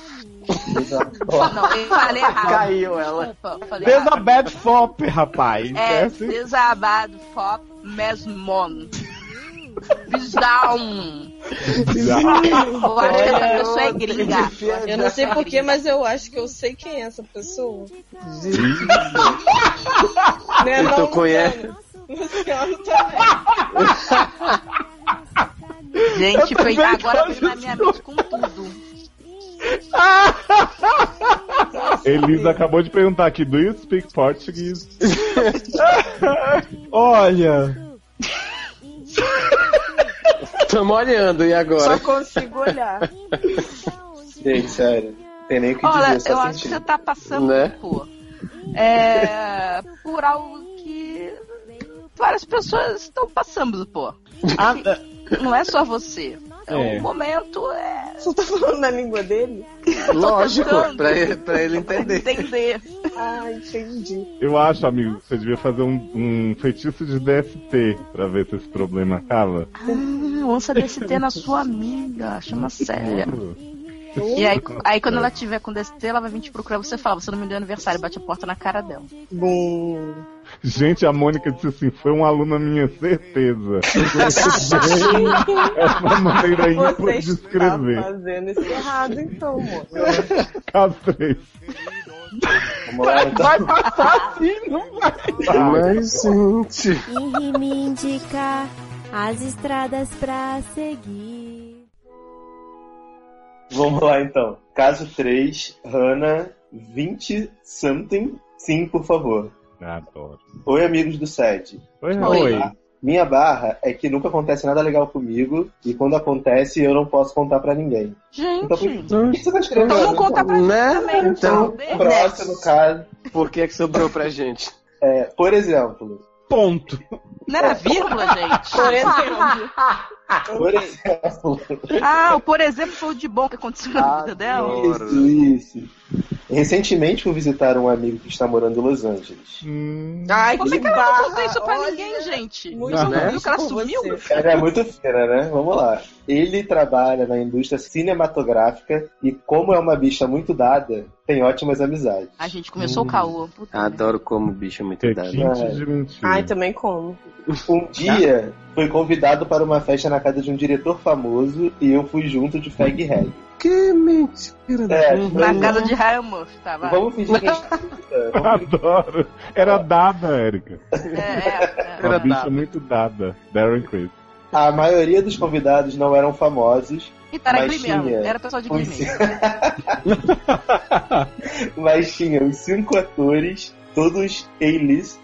Não, eu falei errado. Caiu ela. Desculpa, eu falei errado. Desabed Fop, rapaz. É, É, sim. desabado fop mesmon. Bizarro. Eu acho que essa pessoa é gringa. Eu não sei porquê, mas eu acho que eu sei quem é essa pessoa. Né, Então não, conhece- Luciano? Luciano também. Gente, Eu foi, também agora gosto veio na minha mente com tudo. Elisa acabou de perguntar aqui: do you speak Portuguese? Olha. Tamo olhando, e agora? Só consigo olhar. Gente, sério. Não tem nem o que Olha, dizer, eu só acho que sentir. você tá passando Né? por, é, por algo que várias pessoas estão passando, pô. Ah, Não é só você. É. O momento é Você tá falando na língua dele? Lógico, tentando. pra ele, pra ele entender. entender. Ah, entendi. Eu acho, amigo, que você devia fazer um, um feitiço de DST pra ver se esse problema acaba. Ah, onça DST na sua amiga, chama Célia. E aí, aí quando ela tiver com DST, ela vai vir te procurar você fala, você não me deu aniversário, bate a porta na cara dela. Bom. Gente, a Mônica disse assim: foi uma aluna minha, certeza. é uma maneira ímpar de Você está escrever. fazendo isso errado, então, amor. Castrei. Vamos lá, então. Vai passar sim, não vai. Mas, gente. E me indica as estradas pra seguir. Vamos lá, então. Caso 3, Hannah, 20 something. Sim, por favor. Adoro. Oi, amigos do SED. Oi, Oi. Oi. Minha barra é que nunca acontece nada legal comigo e quando acontece eu não posso contar pra ninguém. Então, por Gente, por que você tá escrevendo? então não conta pra gente Né? também. Então, Próximo caso. por que é que sobrou pra gente? É, por exemplo, Ponto. Não era vírgula, gente? Por exemplo. Então, por exemplo, Ah, o por exemplo foi o de bom que aconteceu na vida dela. isso, isso. Recentemente fui visitar um amigo que está morando em Los Angeles. Ai, Como é que que ela não contou barra. isso pra Olha, ninguém, gente? Muito Não, né? bom O cara por sumiu? você. Cara, é muito fera, né? Vamos lá. Ele trabalha na indústria cinematográfica e, como é uma bicha muito dada, tem ótimas amizades. A gente começou o caô. Puta, né? Adoro como bicho é muito dado. Requinte de mentira. Ai, também como. Um dia fui convidado para uma festa na casa de um diretor famoso e eu fui junto de Fag Hag. Que mentira. Uhum. É, Na casa de Ryan Murphy, tá? vai. Vamos fingir que a gente Adoro. Era dada, Érica. É, é, é. Era bicha muito dada. Darren Criss. A maioria dos convidados não eram famosos, Então era Mas Glee mesmo. tinha- Era pessoal de Glee uns- mesmo. é. mas tinha uns cinco atores, todos A-list.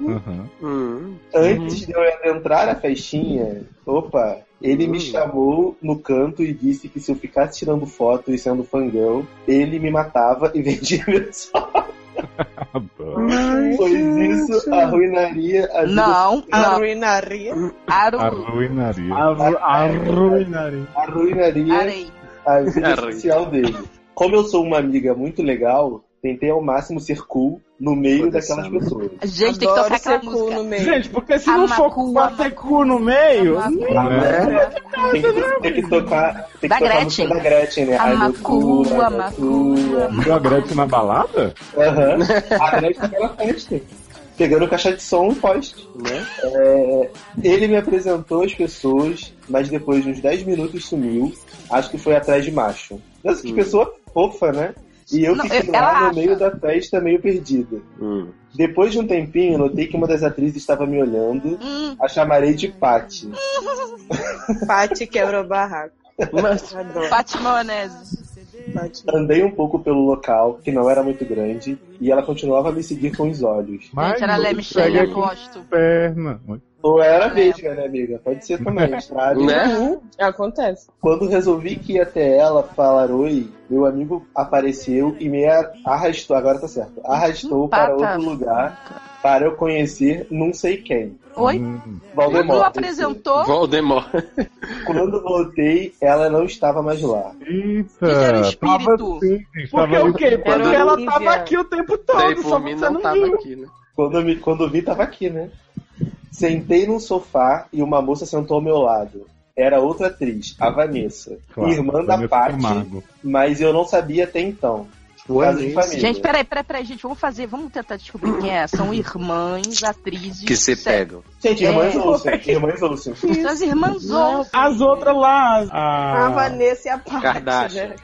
Uhum. Hum. Antes de eu entrar na festinha, opa, ele me chamou no canto e disse que se eu ficasse tirando foto e sendo fangão, ele me matava e vendia meu sol. Adoro. Pois isso arruinaria a vida, Não, A não. ruinaria. Aru. Arruinaria. Arru- Arruinarei. arruinaria Arei. a vida social dele. Como eu sou uma amiga muito legal, tentei ao máximo ser cool no meio Foda-se, daquelas né? pessoas. Gente, tem que Adoro tocar aquela ser cool música. no meio. Gente, porque se não for Amacu, bater cu no meio. Né? Tem que, tem que tocar, tem que Da tocar a Gretchen. música da Gretchen, né? Ai, meu cu, Amacu, ai, meu amacu, cu, ai, amacu. Viu a Gretchen na balada? Aham. A grande daquela festa. Pegando caixa de som e poste. Né? É, ele me apresentou as pessoas, mas depois de uns 10 minutos sumiu. Acho que foi atrás de macho. Nossa, que pessoa fofa, né? E eu Não, fiquei eu- lá ela no acha. meio da festa, meio perdida. Hum. Depois de um tempinho, notei que uma das atrizes estava me olhando. Hum, A chamarei de Patty. Pati quebra o barraco. Mas, Adoro. Pati Maionese. Pati. Andei um pouco pelo local, que não era muito grande, e ela continuava a me seguir com os olhos. Gente, era Lé Michele, pega eu com gosto. perna. Ou É. era vesga, né, amiga? Pode ser também, estrada. né? Uhum, Acontece. Quando resolvi que ia até ela falar oi, meu amigo apareceu e me ar- arrastou, agora tá certo, arrastou para Empata. outro lugar para eu conhecer não sei quem. Oi? Hum. Quando Valdemar. apresentou, Voldemort. Quando voltei, ela não estava mais lá. Eita, Fizeram tava espírito. sim, Porque tava o quê? Era Porque ela Olivia. tava aqui o tempo todo, Daí por só mim você não não tava viu. aqui, né? Quando eu, me, quando eu vi, tava aqui, né? Sentei num sofá e uma moça sentou ao meu lado. Era outra atriz, a Vanessa, Claro, irmã da Vanessa Paty, Camargo. mas eu não sabia até então. Caso de família. Gente, peraí, peraí, peraí, gente, vamos fazer, vamos tentar descobrir quem é. São irmãs, atrizes. Que se é. sério. pegam. Gente, irmãs É. ouçam, irmãs ouçam. São as irmãs ou. As outras lá. as- A Ah, Vanessa e a Pati. Kardashian. Né?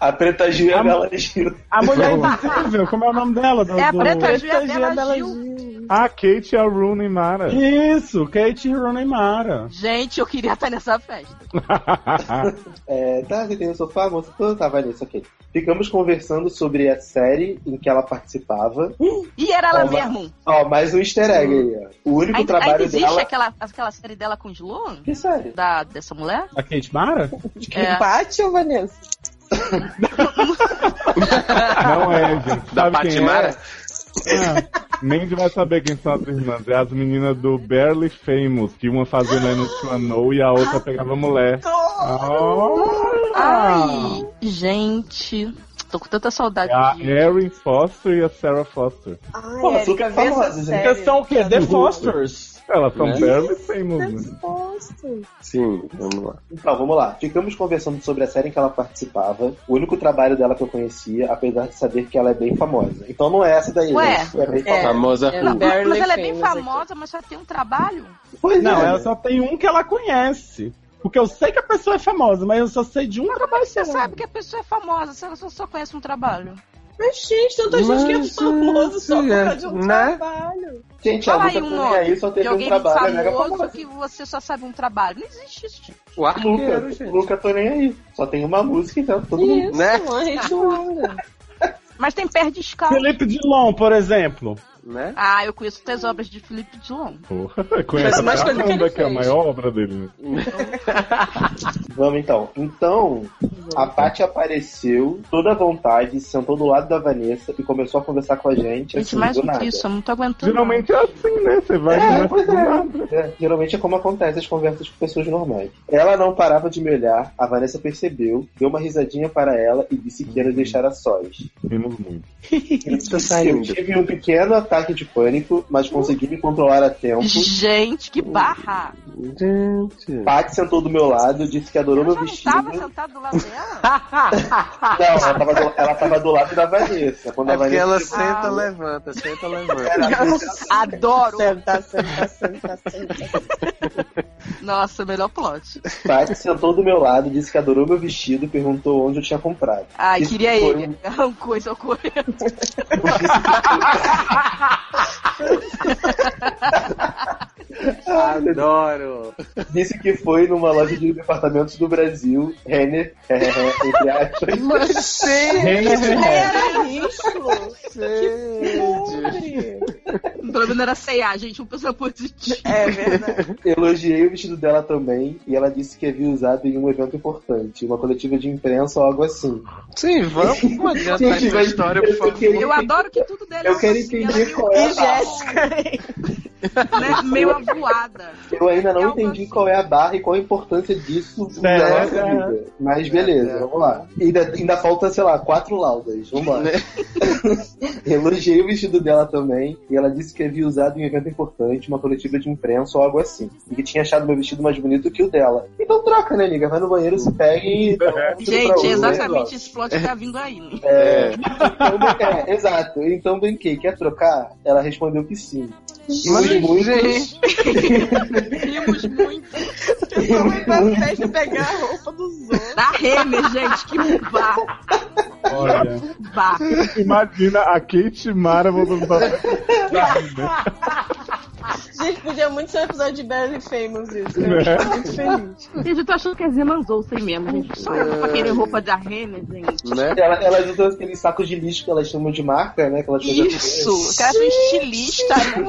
A preta Gil e a Bela Gil. a mulher invisível, como é o nome dela? Do- É a do- Preta Gil e a Bela Gil. Ah, Kate e a Rooney Mara. Isso, Kate Rooney Mara. Gente, eu queria estar nessa festa. É, tá, você tem no sofá, moça? Tô, Tá, Vanessa, ok. Ficamos conversando sobre a série em que ela participava. E era ela Ó, vai- mesmo. Ó, mais um easter egg aí, ó. O Ainda, único ainda trabalho existe dela. aquela, aquela série dela com o Sloan? Que série? Da, dessa mulher? A Kate Mara? É. Pati ou Vanessa? Não é, gente. Da Sabe quem é? Patimara? É. Mandy vai saber quem são as irmãs. É as meninas do Barely Famous, que uma fazia no Nanou e a outra Ah. pegava mulher. Ah. Ai, gente. Tô com tanta saudade É Ah, a de. Erin Foster e a Sarah Foster. Ai, Pô, Erika, super vê essa famosa, gente. um Eles série. são É o quê? The Fosters. Elas são Né? Barely Famous. Né? Sim, vamos lá. Então, vamos lá. Ficamos conversando sobre a série em que ela participava. O único trabalho dela que eu conhecia, apesar de saber que ela é bem famosa. Então não é essa daí, Ué. né? É bem É. famosa. Famosa É. Who. Barely Mas ela é bem famous aqui. famosa, mas só tem um trabalho? Pois Não, é, ela né? só tem um que ela conhece. Porque eu sei que a pessoa é famosa, mas eu só sei de um trabalho Você só. sabe que a pessoa é famosa, se ela só, só conhece um trabalho. Mas, gente, tanta gente que é Mas, famoso só por causa de um né? trabalho. Gente, a Fala luta aí um nome também aí só de teve um alguém trabalho, é mega famoso famosa. que você só sabe um trabalho. Não existe isso, gente. O arqueiro, Luca, gente. Luca, tô nem aí. Só tem uma música, então todo mundo Isso, Né? uma rede longa. Mas tem pé de escala. Felipe Dilon, por exemplo. Né? Ah, eu conheço as obras de Felipe Dilon. Porra, conhece mais a coisa que ele banda que é a fez. maior obra dele. né? Vamos então. Então, A Paty apareceu, toda à vontade, sentou do lado da Vanessa e começou a conversar com a gente. assim, Gente, mais do que isso, eu não tô aguentando. Geralmente é assim, né? Você vai É, pois é. É, Geralmente é como acontece as conversas com pessoas normais. Ela não parava de me olhar, a Vanessa percebeu, deu uma risadinha para ela e disse que ia nos deixar a sós. Rimos muito. tá Isso saindo. Eu tive um pequeno ataque de pânico, mas consegui me controlar a tempo. Gente, que barra! Gente. Paty sentou do meu lado, disse que adorou meu Eu não vestido. tava sentado do lado dela? Não, ela tava, do, ela tava do lado da Vanessa. Quando a É porque Vanessa ela senta, levanta, senta, levanta. Adoro! Senta, senta, senta, senta. Nossa, melhor plot. Paty sentou do meu lado, disse que adorou meu vestido e perguntou onde eu tinha comprado. Ai, Isso queria foi ele. um- Arrancou isso ocorrendo. Adoro. Disse que foi numa loja de departamentos do Brasil, Renner, é, é, entre aspas. Mas, Renner, É Renner. Era risco. gente. Pelo menos era CA, gente. Uma pessoa positiva. É verdade. Elogiei o vestido dela também e ela disse que havia usado em um evento importante, uma coletiva de imprensa ou algo assim. Sim, vamos vamos adiantar Gente, tá essa mas- história, por favor. queria- Eu adoro que tudo dela Eu é quero assim, entender é. ela qual é meio- a E Jéssica? né, meio avoada. Eu ainda É não algo entendi assim. qual é a barra e qual a importância disso na Certo. nossa vida. Mas É, beleza, Certo. vamos lá. Ainda, ainda falta, sei lá, quatro laudas. Vamos Né? lá. Elogiei o vestido dela também e ela disse que havia usado em um evento importante, uma coletiva de imprensa ou algo assim. E que tinha achado meu vestido mais bonito que o dela. Então troca, né, amiga? Vai no banheiro, se pega e... troca um vestido pra Gente, é outro, né? exatamente esse plot tá vindo aí. É, então, é, exato. Então brinquei, quer trocar? Ela respondeu que sim. Rimos muito, Rimos muito. Eu fui pra festa pegar a roupa dos outros. Da Renner, gente. Que barra. Olha. barra. Imagina a Kate Mara voltando pra Gente, podia muito ser um episódio de Barely Famous isso. Eu É. fico muito feliz. Gente, eu tô achando que as irmãs ouçam mesmo, gente. Só eu pra querer roupa da Renner, gente. Né? Ela, elas usam aqueles sacos de lixo que elas chamam de marca, né? Que elas chamam de- Isso, o cara é um estilista, né?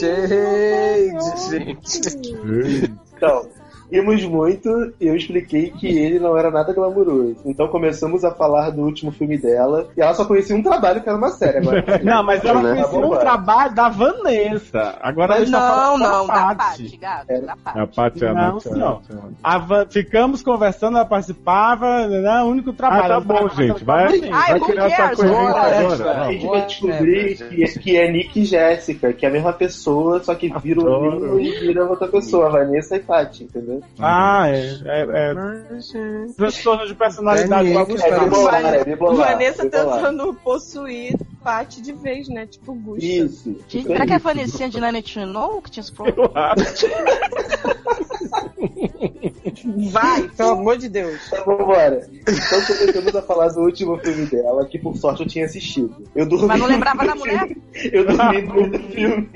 Relaxando. Gente, gente. Então, rimos muito e eu expliquei que ele não era nada glamuroso. Então começamos a falar do último filme dela. E ela só conhecia um trabalho que era uma série agora. Não, mas ela Né? conheceu um Vambora. trabalho da Vanessa. Agora ela Mas está não, falando não, da Paty. parte, gato, da A parte. Paty é a Não, nossa- senhor. A Van- Ficamos conversando, ela participava, né? O único Ah, trabalho. tá bom, gente. Vai, Ai, vai who criar essa cares? coerência agora. Bora, A Essa. gente Boa vai descobrir né, merda, que, que é Nick e Jéssica, que é a mesma pessoa, só que vira o Adoro. Nino e vira outra pessoa, Vanessa e Paty, entendeu? Tá Ah, é. é, é. Mas, gente. Transtorno de personalidade. É, igual Nick, você É Tá fala. bipolar, é bipolar. Vanessa tá bipolar. tentando possuir parte de vez, né? Tipo, Gusta. Isso. Gente, Será que é a Vanessinha de Nine Inch Nails que tinha esse problema? Vai, pelo amor de Deus. Então, vambora. Então começamos a falar do último filme dela, que por sorte eu tinha assistido. Eu dormi. Mas não lembrava da mulher? Eu dormi durante o filme,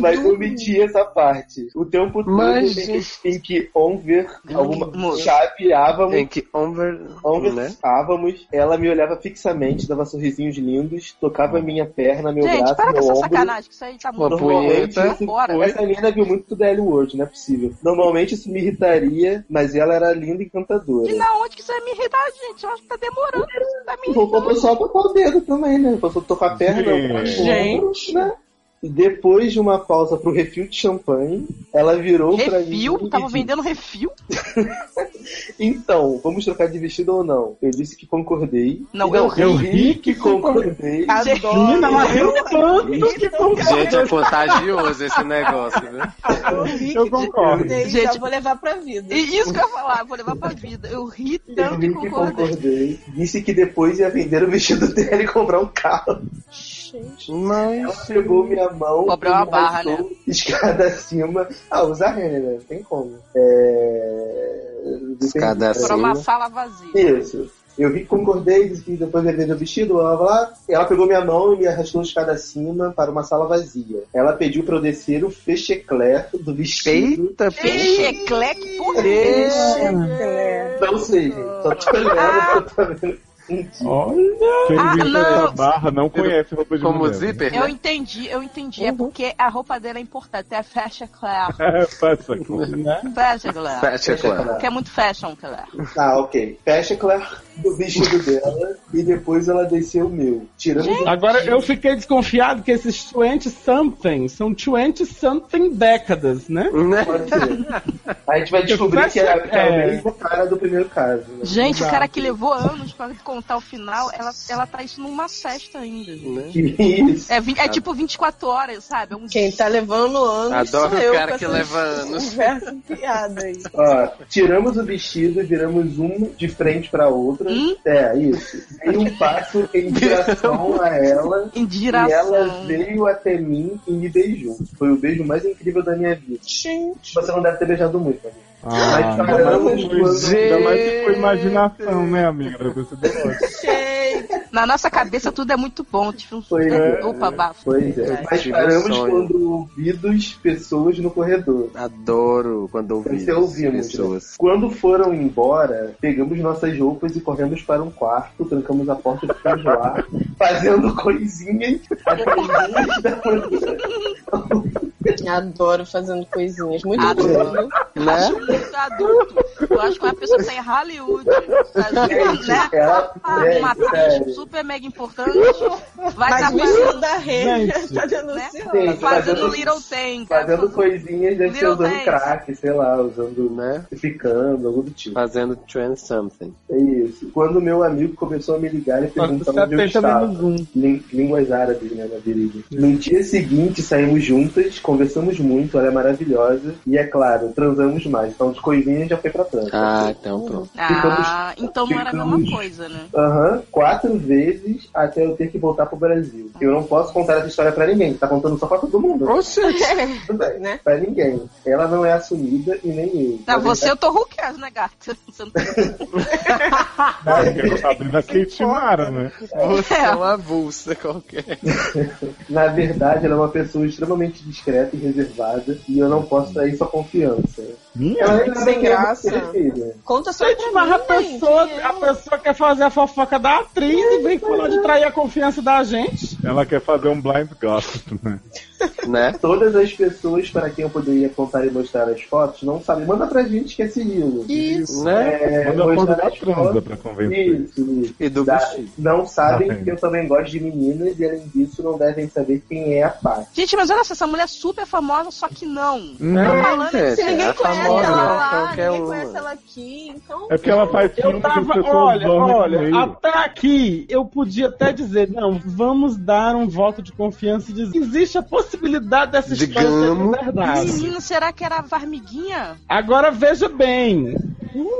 mas eu omiti essa parte. O tempo todo Mas, em, em que Onver alguma, Moço. chapeávamos, Tem que over, né? conversávamos, ela me olhava fixamente, dava sorrisinhos lindos, tocava minha perna, meu Gente, braço, para com meu essa ombro. sacanagem, que isso aí tá Uma muito punheta. Normalmente, isso- Bora. essa menina viu muito da L-Word, não é possível. Normalmente isso me irritaria, mas ela era linda e encantadora. E na onde que isso vai me irritar, gente? Eu acho que tá demorando isso pra mim. Vou vou só tocar o dedo também, né? Vou só tocar a perna. Gente. o ombro, né? E Depois de uma pausa pro refil de champanhe, ela virou pra mim. Refil? e Tava disse, vendendo refil? Então, vamos trocar de vestido ou não? Eu disse que concordei. Não, E eu Eu ri ri que concordei. Adoro. Menina, ela riu tanto que Gente, é contagioso esse negócio, né? Eu ri Eu que concordo. concordei, Gente. já vou levar pra vida. E isso que eu ia falar, vou levar pra vida. Eu ri Eu tanto e ri que concordei. concordei. Disse que depois ia vender o vestido dela e comprar um carro. Gente, Mas, Pegou minha mão. Comprar uma me barra, né? arrastou Escada acima. Ah, usa renda, né? Não tem como. É. Escada Depende- Pra uma Sim. sala vazia. Isso. Eu vi que concordei, disse que depois ele vendeu o vestido, blá, blá, blá. Ela pegou minha mão e me arrastou de escada acima para uma sala vazia. Ela pediu para eu descer o fechecler do vestido. eita, Checleque, porra. peixe. é. Não sei, gente. Só tô olhando, só tô vendo. Olha! Quem Ah, vive não. essa barra não conhece roupa de Como mulher. né? zíper, né? Eu entendi, eu entendi. Uhum. É porque a roupa dele é importante. É fashion claro. É, passa, né? Fashion claro. Fecha, claro. Que é muito fashion claro. Tá, ok. Fecha claro do vestido dela e depois ela desceu o meu. Tirando do... Agora eu fiquei desconfiado que esses 20 something são 20 something décadas, né? Pode ser. A gente vai descobrir que é, a- é É. o mesmo cara do primeiro caso. né? Gente, o Exato. cara que levou anos pra contar o final, ela, ela tá isso numa festa ainda. gente. Isso. É, vi- é tipo 24 horas, sabe? É um Quem tá levando anos Adoro sou o eu cara com que essas leva anos. conversas piadas aí. Ó, tiramos o vestido e viramos um de frente pra outra. Hum? É, isso. Dei um passo em direção a ela. em E ela giração. veio até mim e me beijou. Foi o beijo mais incrível da minha vida. Gente, Você não deve ter beijado muito, né? amigo. Ah, ainda mais que foi- Gente. ainda mais que foi imaginação, né, amiga? Deve ter sido ótimo. gente. Na nossa cabeça tudo é muito bom. Tipo, Foi, é. opa, bafo. Pois é. Mas Tive um paramos sonho. quando ouvidos pessoas no corredor. Adoro quando Quando ouvi você ouvimos. pessoas. Quando foram embora, pegamos nossas roupas e corremos para um quarto, trancamos a porta e ficamos lá, fazendo coisinhas até as duas da manhã. Adoro fazendo coisinhas. Muito bom. é. Né? Muito um adulto. Eu acho que uma pessoa que tá em Hollywood, fazendo, né? Ela- é, Uma atriz sério. super mega importante. Vai Mas estar o fazendo, estilo da rede Gente. tá Sim, denunciando. fazendo, tá fazendo- Little Thing. cara, Fazendo coisinhas, deve ser Little usando things. crack, sei lá, usando, Né? ficando, algo do tipo. Fazendo trend something. É isso. Quando meu amigo começou a me ligar e Quando perguntar você onde eu aperta estava. menos um. Lin- Línguas árabes, né, na virilha. No dia seguinte, saímos juntas, conversamos muito, ela é maravilhosa. E é claro, transamos mais. Então, de coisinha já foi pra trás. Ah, então pronto. Ah, então não era a mesma ficamos- coisa, né? Aham, quatro vezes até eu ter que voltar pro Brasil. Eu não posso contar essa história pra ninguém, tá contando só pra todo mundo. Oxe, Tudo bem, né? Pra ninguém. Ela não é assumida e nem eu. Não, Na você eu tô ruqueado, né, gato? Você não tem- É. Eu tava vendo a Kate Mara, né? você É. é uma avulsa qualquer. Na verdade, ela é uma pessoa extremamente discreta e reservada e eu não posso trair sua confiança. Minha? Ela é Ai, que sem graça. Filha. Conta só Gente, pra mas mim, a gente. pessoa, a pessoa quer fazer a fofoca da atriz e vem falando de trair a confiança da gente. Ela quer fazer um blind gossip, né? Né? Todas as pessoas para quem eu poderia contar e mostrar as fotos não sabem. Manda pra gente que é sigilo. Isso. Né? É, Manda a conta mostrar da as transa fotos. pra convencer. Isso, isso. E do Da- vestido. não sabem Ah, é. que eu também gosto de meninas e além disso não devem saber quem é a Paty. Gente, mas olha só, essa mulher é super famosa, só que não. Não. falando gente, é isso, Ninguém a conhece famosa, né? ela lá, qualquer um. ninguém uma. conhece ela aqui, então. É porque ela faz Eu filme que as tava, pessoas olha, dormem no meio. olha, até aqui eu podia até dizer, não, vamos dar um voto de confiança e dizer, existe a possibilidade dessa história Digamos. ser Ah, verdade. Menino, será que era a Varmiguinha? Agora veja bem,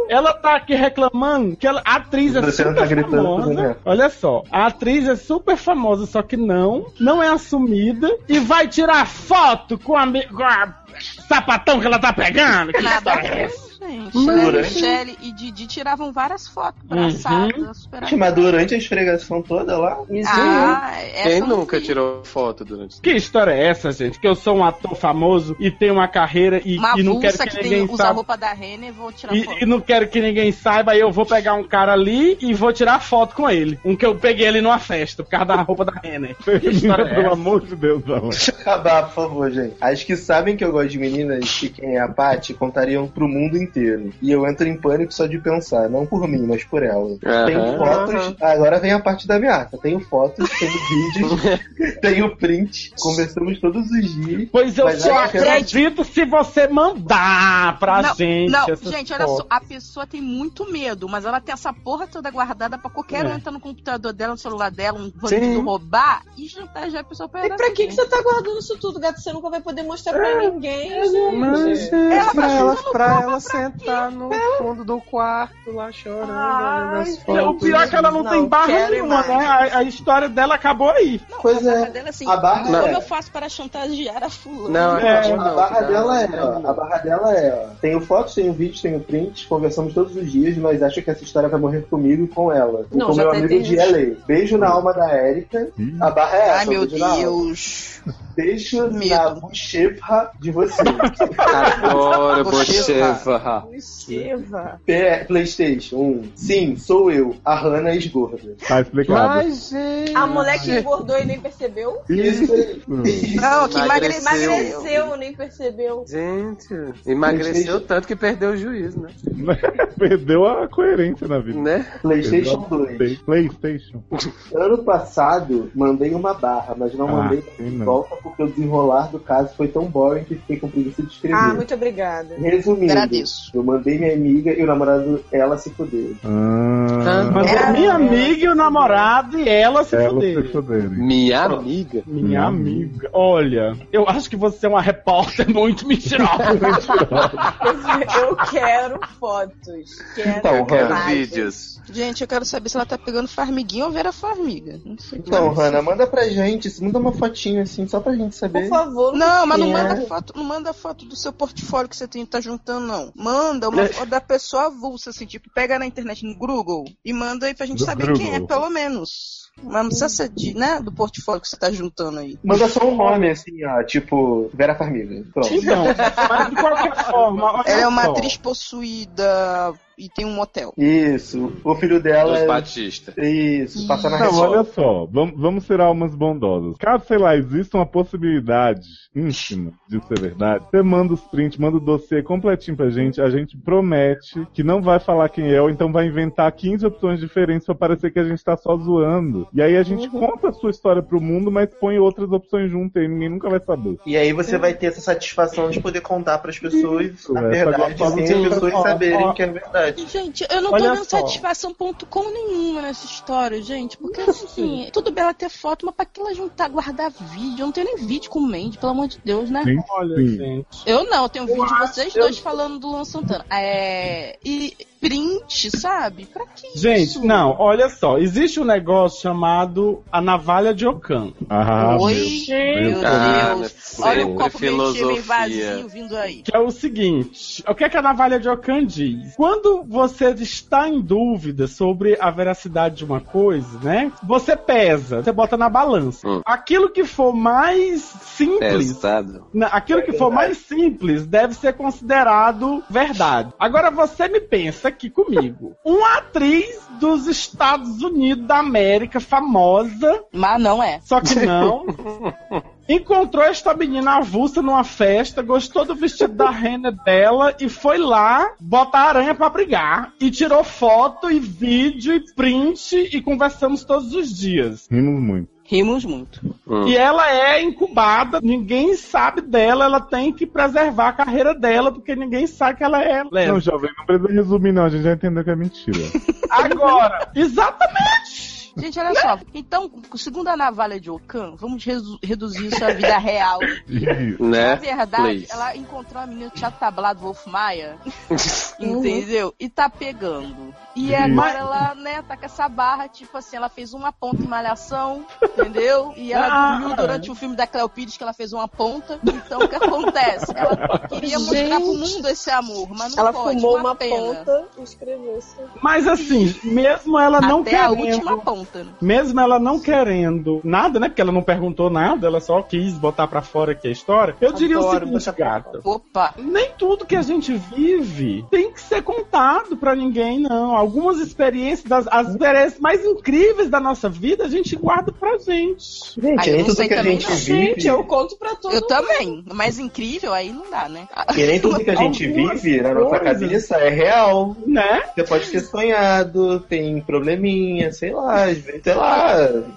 ela tá aqui reclamando que ela, a atriz é Você não super tá gritando, famosa. né? Olha só, a atriz é super famosa, só que não, não é assumida e vai tirar foto com a, mi- com a sapatão que ela tá pegando. Que Nada a história é ver, essa? gente. Né? Michelle e Didi tiravam várias fotos, Uhum. braçadas, super Mas durante a esfregação toda lá, Ah, essa Quem eu não nunca vi. tirou foto durante Que história é essa, gente? Que eu sou um ator famoso e tenho uma carreira e, Uma e não quero vulsa que, que, tem, ninguém usa a saiba. roupa da Renner e vou tirar foto. E, e não quero que ninguém saiba, aí eu vou pegar um cara ali e vou tirar foto com ele. Um que eu peguei ele numa festa, por causa da roupa da Renner. Que história é Pelo essa? amor de Deus, Alan. Deixa eu acabar, por favor, gente. As que sabem que eu gosto de meninas e quem é a Paty contariam pro mundo inteiro. E eu entro em pânico só de pensar, não por mim, mas por ela. Tenho fotos, agora vem a parte da ameaça. Tenho fotos, tenho vídeos, tenho print. Conversamos todos os dias. Pois eu Mas só aí eu quero- acredito se você mandar pra não, gente. não, essas gente, olha só, fotos. a pessoa tem muito medo, mas ela tem essa porra toda guardada pra qualquer É. um entrar no computador dela, no celular dela, um Sim. bandido roubar e chantagear a pessoa pra E ela. pra que, que você tá guardando isso tudo, gato? Você nunca vai poder mostrar pra É. ninguém, gente. Mas Ela é pra tá ela, chorando pra ela sentar no né? fundo do quarto lá chorando. olhando as O fotos. pior é que ela não, Não tem barra quero nenhuma, mais. né? A, a história dela acabou aí. Não, Pois a é. barra dela, assim, A barra- como Não. eu faço para chantagear a fulana? Não, É, não, A não, barra não, dela é, não, ó, a barra dela é, ó. Tenho fotos, tenho vídeos, tenho prints, conversamos todos os dias, mas acho que essa história vai morrer comigo e com ela. E Não, com já meu tem amigo vídeo. de LA. Beijo na alma da Erika. Hum. A barra é essa. Ai, meu beijo na alma. Deus. Beijo Medo. na bochecha de você. Adoro Bochecha Cheva. Cheva. P- Playstation 1. Sim, sou eu. A Hannah é esgorda. Tá explicado. gente. A moleque engordou e nem percebeu? Isso. Não, que Emagreceu. emagreceu. Emagreceu, nem percebeu. Gente, emagreceu tanto que perdeu o juízo, né? Perdeu a coerência na vida. né? Playstation 2. Play- PlayStation. Ano passado, mandei uma barra, mas não Ah, mandei sim, de não. volta porque o desenrolar do caso foi tão boring que fiquei com preguiça de escrever. Ah, muito obrigada. Resumindo, Agradeço. eu mandei minha amiga e o namorado dela se fudeu. Ah, Mas Era- a minha amiga e o namorado e ela se ela se fuderam. fuderam. Minha amiga. Minha Hum. amiga. Olha, eu acho que você é uma repórter muito mentirosa. Eu quero fotos. Quero Então, quero imagens. vídeos. Gente, eu quero saber se ela tá pegando formiguinha ou Vera Formiga. Não sei. Então, Hanna, manda pra gente, manda uma fotinha assim, só pra gente saber. Por favor, Não, mas não É. manda foto, não manda foto do seu portfólio que você tem, tá juntando, não. Manda uma foto da pessoa avulsa, assim, tipo, pega na internet no Google e manda aí pra gente Do saber quem é, Google. pelo menos. Mas não precisa ser de, né, do portfólio que você tá juntando aí. Manda só um nome assim, ó, tipo Vera Farmiga. Pronto. Então, mas de qualquer forma. olha Ela é uma só. atriz possuída e tem um motel. Isso, o filho dela. Dos é- Batista. Isso, passa na Não, Record. olha só, vamos, vamos ser almas bondosas. Caso, sei lá, exista uma possibilidade íntima de ser verdade, você manda os prints, manda o dossiê completinho pra gente, a gente promete que não vai falar quem é, ou então vai inventar 15 opções diferentes pra parecer que a gente tá só zoando. E aí a gente Uhum. conta a sua história pro mundo, mas põe outras opções junto aí, ninguém nunca vai saber. E aí você vai ter essa satisfação de poder contar pras pessoas Isso, a é, verdade, só- só- sem as pessoas ó, saberem ó. que é verdade. Gente, eu não tô Olha dando só. satisfação ponto com nenhuma nessa história, gente. Porque assim, tudo bem ela ter foto, mas pra que ela juntar, guardar vídeo? Eu não tenho nem vídeo com o Mandy, pelo amor de Deus, né? Sim, Olha, sim. gente. Eu não, eu tenho vídeo de vocês dois falando do Luan Santana. É. E print, sabe? Pra que isso? Gente, não, olha só. Existe um negócio chamado a navalha de Ocam. Ah, Oi, meu Deus. Ah, meu Olha o Deus. copo meio cheio, meio Filosofia. vazio vindo aí. Que é o seguinte: o que, é que a navalha de Ocam diz? Quando você está em dúvida sobre a veracidade de uma coisa, né? Você pesa, você bota na balança. Hum. Aquilo que for mais É, simples. Pesado. Na- Né, Aquilo que for mais simples deve ser considerado verdade. Agora você me pensa aqui comigo. Uma atriz dos Estados Unidos da América, famosa, Mas não é. só que não. Encontrou esta menina avulsa numa festa, gostou do vestido da rena dela e foi lá botar a aranha pra brigar. E tirou foto e vídeo e print e conversamos todos os dias. Rimos muito. Rimos muito. Hum. E ela é incubada, ninguém sabe dela, ela tem que preservar a carreira dela, porque ninguém sabe que ela é Não, lésbica. jovem, não precisa resumir, não, a gente já entendeu que é mentira. Agora, exatamente! Gente, olha só. Então, segundo a navalha de Ocan, vamos resu- reduzir isso à vida real. Isso. Né? Na É, verdade, Please. ela encontrou a menina do Teatro Tablado Wolf Maia, entendeu? E tá pegando. E Isso. agora ela, né, tá com essa barra, tipo assim, ela fez uma ponta em malhação, entendeu? E Ah. ela viu durante o filme da Cleo Pires que ela fez uma ponta. Então o que acontece? Ela queria mostrar pro mundo esse amor, mas não Ela pode. fumou uma pena. ponta e escreveu isso. Mas assim, mesmo ela não Até a última querendo. ponta. né? Mesmo ela não querendo nada, né? Porque ela não perguntou nada, ela só quis botar pra fora aqui a história. Eu diria o Adoro seguinte, botar pra gata. Opa! Nem tudo que a gente vive tem que ser contado pra ninguém, não. Algumas experiências, das, as experiências mais incríveis da nossa vida, a gente guarda pra gente. Gente, eu nem não tudo sei que a também, gente não. vive. Gente, eu conto pra todo Eu mundo. também. Mas incrível, aí não dá, né? E nem tudo que a gente Algumas vive na nossa coisas. cabeça é real. Né? Você pode ter sonhado, tem probleminha, sei lá, às vezes, sei lá,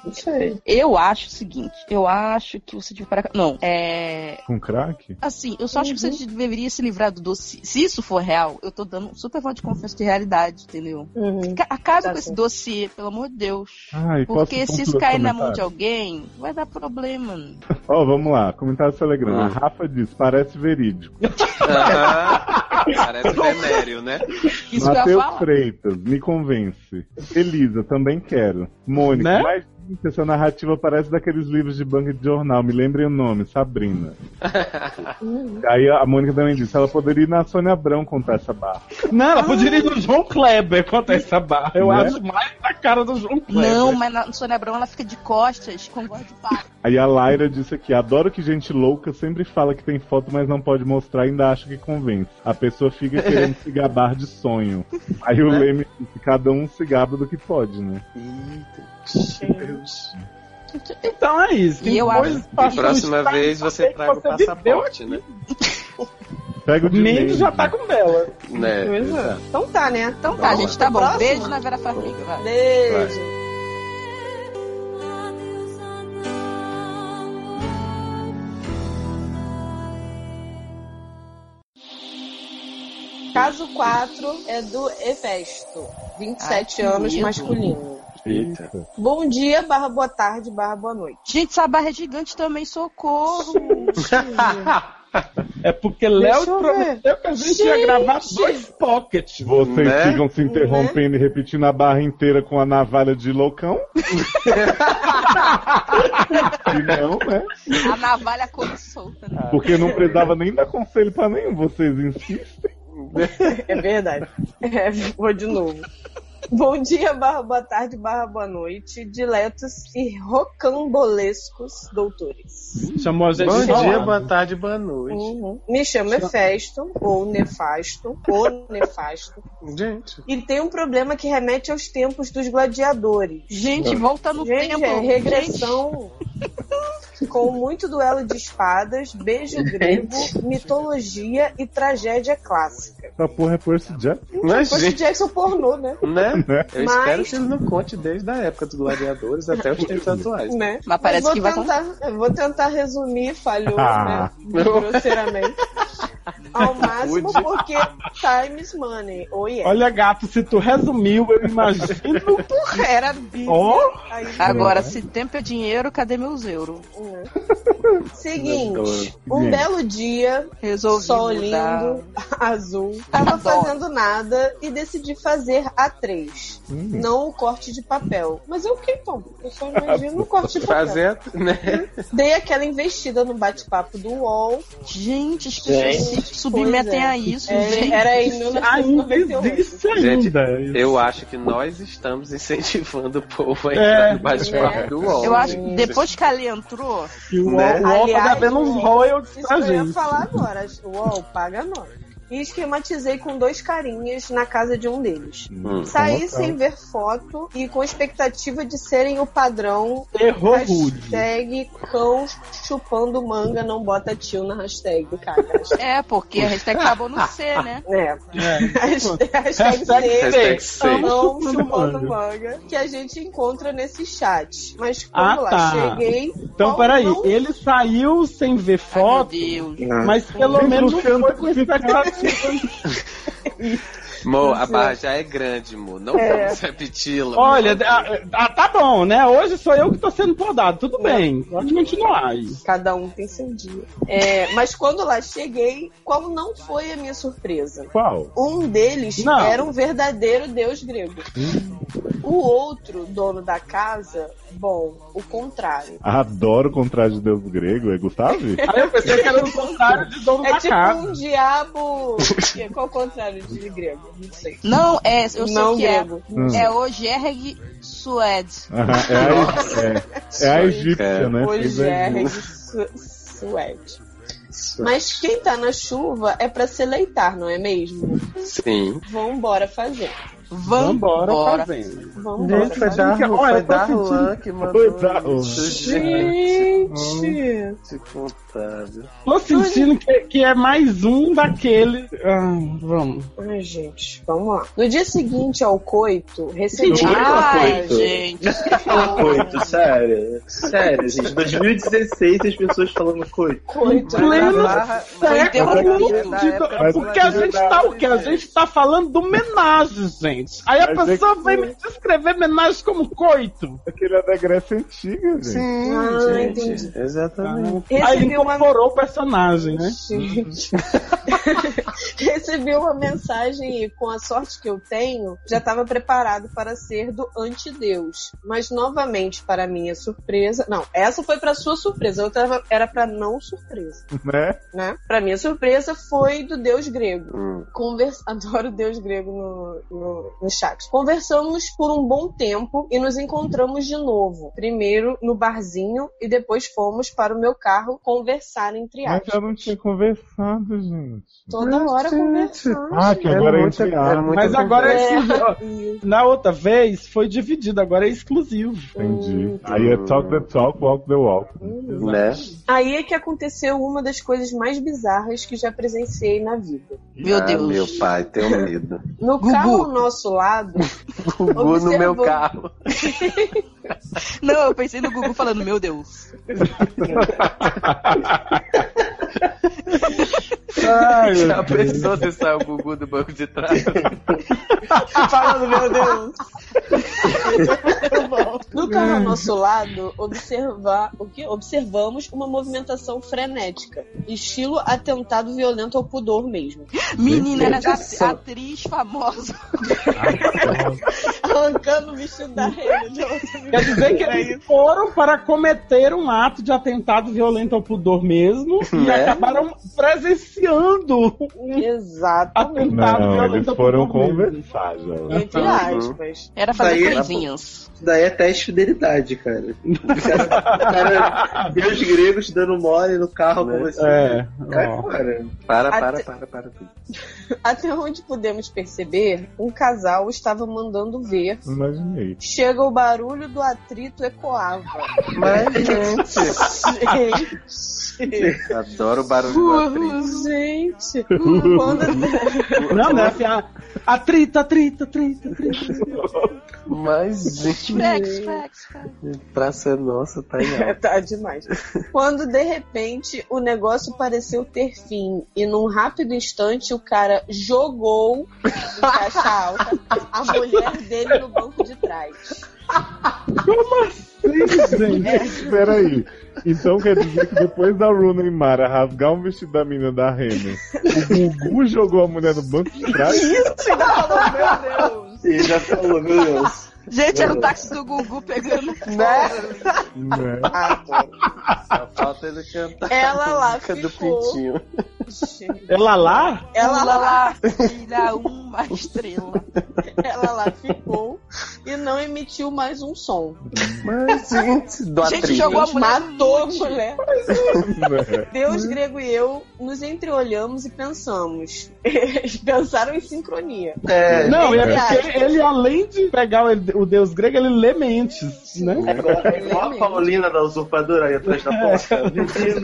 não sei. Eu acho o seguinte, eu acho que você devia parar. Não, é. Com crack? Assim, eu só acho Uhum. que você deveria se livrar do dossiê. Se isso for real, eu tô dando um super voto de confiança de realidade, entendeu? Uhum. Ca- Acaba Tá com esse certo. dossiê, pelo amor de Deus. Ai, Ah, posso Porque se isso concluir cair o na mão comentário? de alguém, vai dar problema. mano. Ó, vamos lá, comentário do Telegram. Ah. A Rafa diz, parece verídico. Aham. Parece Venério, né? Isso que eu ia Matheus falar. Freitas, me convence. Elisa, também quero. Mônica, Né? mas gente, essa narrativa parece daqueles livros de banca de jornal. Me lembrem o nome, Sabrina. Aí a Mônica também disse, ela poderia ir na Sônia Abrão contar essa barra. Não, ela poderia ir no João Kleber contra essa barra. Eu Né? acho mais na cara do João Kleber. Não, mas na no Sônia Abrão ela fica de costas com voz de pato. Aí a Laira disse aqui: adoro que gente louca sempre fala que tem foto, mas não pode mostrar, ainda acha que convence. A pessoa fica querendo se gabar de sonho. Aí Né? o Leme disse: cada um se gaba do que pode, né? Deus. Então é isso. um E eu acho que próxima vez você traga o passaporte, né? Pega o de Mendes já Neide. tá com dela. Né, Pois é. exato. Então tá, né? Então tá, gente, tá bom. Próximo. Beijo na Vera Farmiga, vai. Beijo. Caso 4 é do Hefesto, 27 Ai, que anos, medo. masculino. Eita. Bom dia, barra boa tarde, barra boa noite. Gente, essa barra é gigante também, socorro. É porque Léo Deixa eu prometeu que a gente ia gravar dois pockets. Vocês Né? ficam se interrompendo e repetindo a barra inteira com a navalha de loucão? e não, né? A navalha cor solta, né? Porque não precisava nem dar conselho pra nenhum, vocês insistem. É verdade. É, vou de novo. Bom dia, barra boa tarde, barra boa noite, diletos e rocambolescos doutores. Chamou a gente Bom só dia, lá. boa tarde, boa noite. Uhum. Me chamo Hefesto, ou Nefasto, ou Nefasto, Gente. e tem um problema que remete aos tempos dos gladiadores. Gente, volta no Gente, tempo. é regressão com muito duelo de espadas, beijo grego, mitologia e tragédia clássica. Essa porra é Percy Jackson. Mas, Percy gente, Jackson pornô, né? né? Eu Mas- espero que ele não conte desde a época dos gladiadores até os tempos atuais. né? Mas parece vou que vai tentar, eu Vou tentar resumir, falhou, Ah. né? Grosseiramente. Ao máximo, Pude. porque time is money. Oh, yeah. Olha, gato, se tu resumiu, eu imagino. Porra, era bi. Ó. Aí, Agora, né? se tempo é dinheiro, cadê meus euros? né? Seguinte, um belo dia, Resolvi Sol mudar. lindo, azul. Tava Adoro. fazendo nada e decidi fazer A3. Hum. Não o corte de papel. Mas é eu que pô, eu só imagino o corte de papel. Fazendo, né? Dei aquela investida no bate-papo do UOL. Gente, as pessoas se submetem Pois é. a isso, gente. Era, era em 1998. Isso ainda. Eu acho que nós estamos incentivando o povo a É. entrar no bate-papo do UOL. É. Eu acho que gente. depois que a Ali entrou, que o né? né? Wall tá Aliás, devendo uns o- royalties Isso pra que eu ia Ah, gente. falar agora. UOL, paga nós. E esquematizei com dois carinhas na casa de um deles. Hum. Então, Saí tá. sem ver foto e com expectativa de serem o padrão Errou rude. Hashtag cão chupando manga não bota tio na hashtag, cara. é, porque a hashtag acabou no C, né? É. Hashtag, hashtag Hashtag seja Hashtag sei. cão Chupando chupando manga. manga que a gente encontra nesse chat. Mas quando Ah, lá tá. cheguei. Então, qual peraí, não- ele saiu sem ver Ai, meu foto, Deus. mas pelo Gente, menos não Luciano foi tá com expectativa. Mo, a barra já é grande, Mo. Não É. vamos repeti-la. Olha, Mo. ah, ah, tá bom, né? Hoje sou eu que tô sendo podado, tudo bem. Pode continuar aí. Cada um tem seu dia. É, mas quando lá cheguei, qual não foi a minha surpresa? Qual? Um deles Não. era um verdadeiro deus grego. O outro, dono da casa, bom, o contrário. Adoro o contrário de Deus grego, é Gustavo? Aí eu pensei que era o contrário de dono É da tipo casa. um diabo. Qual o contrário de grego? Não sei. Não, é, eu sei não que grego. Hum. é. É hoje Erg Sued. Aham, é, a, é, é a egípcia, né? Fez Hoje a é egípcia. su- suede. Mas quem tá na chuva é pra se leitar, não é mesmo? Sim. Vambora fazer. um Vambora, Vambora. fazendo. Vambora Gente, foi fazer. Darlan, Olha, foi eu tô Darlan sentindo- que mandou. Foi Darlan. isso, gente. Gente! Te contado. Tô sentindo que, que é mais um daquele. Ah, vamos. Ai, gente, vamos lá. No dia seguinte ao coito, recebi. Coito, Ai, coito. gente. Coito, sério. Sério, gente. 2016 as pessoas falando coito. coito. Pleno barra- um século mas da de- época Porque a do gente tá o Gladiador, que? A gente tá falando do homenagem, gente. Aí a Mas é pessoa que- vem me descrever homenagem como coito. Aquele é da Grécia Antiga, gente. Sim, Ah, gente. entendi. Exatamente. Aí Recebi uma incorporou o personagem, né? Gente. Recebi uma mensagem e, com a sorte que eu tenho, já estava preparado para ser do antideus. Mas, novamente, para minha surpresa. Não, essa foi para sua surpresa, a outra era para não surpresa, Né? né? Para minha surpresa, foi do deus grego. Hum. Conversa... Adoro deus grego no, no- no, no chat. Conversamos por um bom tempo e nos encontramos de novo. Primeiro no barzinho e depois fomos para o meu carro conversar entre Mas aspas. já não tinha conversado, gente. Toda hora conversando. Ah, que Era agora é muita- enfiado. era muita Mas agora é exclusivo. É. Na outra vez foi dividido, agora é exclusivo. Entendi. Aí é talk the talk, walk the walk. Né? Aí é que aconteceu uma das coisas mais bizarras que já presenciei na vida. Meu Ah, Deus. Meu pai, tenho medo. No Gugu. carro ao nosso lado, Gugu no meu Observou. carro. Não, eu pensei no Gugu falando, meu Deus. Ai, Já pensou se sai o Gugu do banco de trás? falando, meu Deus. no carro ao nosso lado, observar, o que? observamos uma movimentação frenética, estilo atentado violento ao pudor mesmo. Menina, era Deus do at- céu. atriz famosa. Arrancando o vestido da rede de outra Quer dizer que É eles foram para cometer um ato de atentado violento ao pudor mesmo e Né? acabaram presenciando um Exatamente. atentado não, violento eles ao foram pudor mesmo. conversar já. Entre aspas. Era fazer Daí era- coisinhas. Isso daí é teste de fidelidade, cara. cara Deus gregos dando mole no carro com você. É, Cai ó. fora. Para, para, Até- para, para. tudo. Até onde pudemos perceber, um casal estava mandando ver. Imaginei. Chega o barulho do atrito ecoava. Mas, gente, gente, adoro o barulho do atriz. gente, quando Não, né? Assim, a, a trita, trita, trita, trita. Mas, gente, Frex, frex, frex. praça nossa, tá em alta. tá demais. Quando de repente o negócio pareceu ter fim e num rápido instante o cara jogou em caixa alta a mulher dele no banco de trás. Peraí. Então quer dizer que depois da Runa e Mara rasgar um vestido da menina da Remy, o Gugu jogou a mulher no banco de trás? Você ainda falou, meu Deus. Ele já falou, meu Deus. Gente, era o táxi do Gugu pegando Né? Né? Só falta ele cantar Ela a lá música do ficou. pintinho. Ela lá? Ela Pula lá lá, filha, uma estrela. Ela lá ficou e não emitiu mais um som. Mas, gente, do Gente, atriz. jogou a mulher Matou a mulher. Né? Deus grego e eu nos entreolhamos e pensamos. Eles pensaram em sincronia. É, Não, é verdade. porque ele, além de pegar o, o deus grego, ele lê mentes, né? agora é igual a Paulina da usurpadora aí atrás da porta. Meu Deus,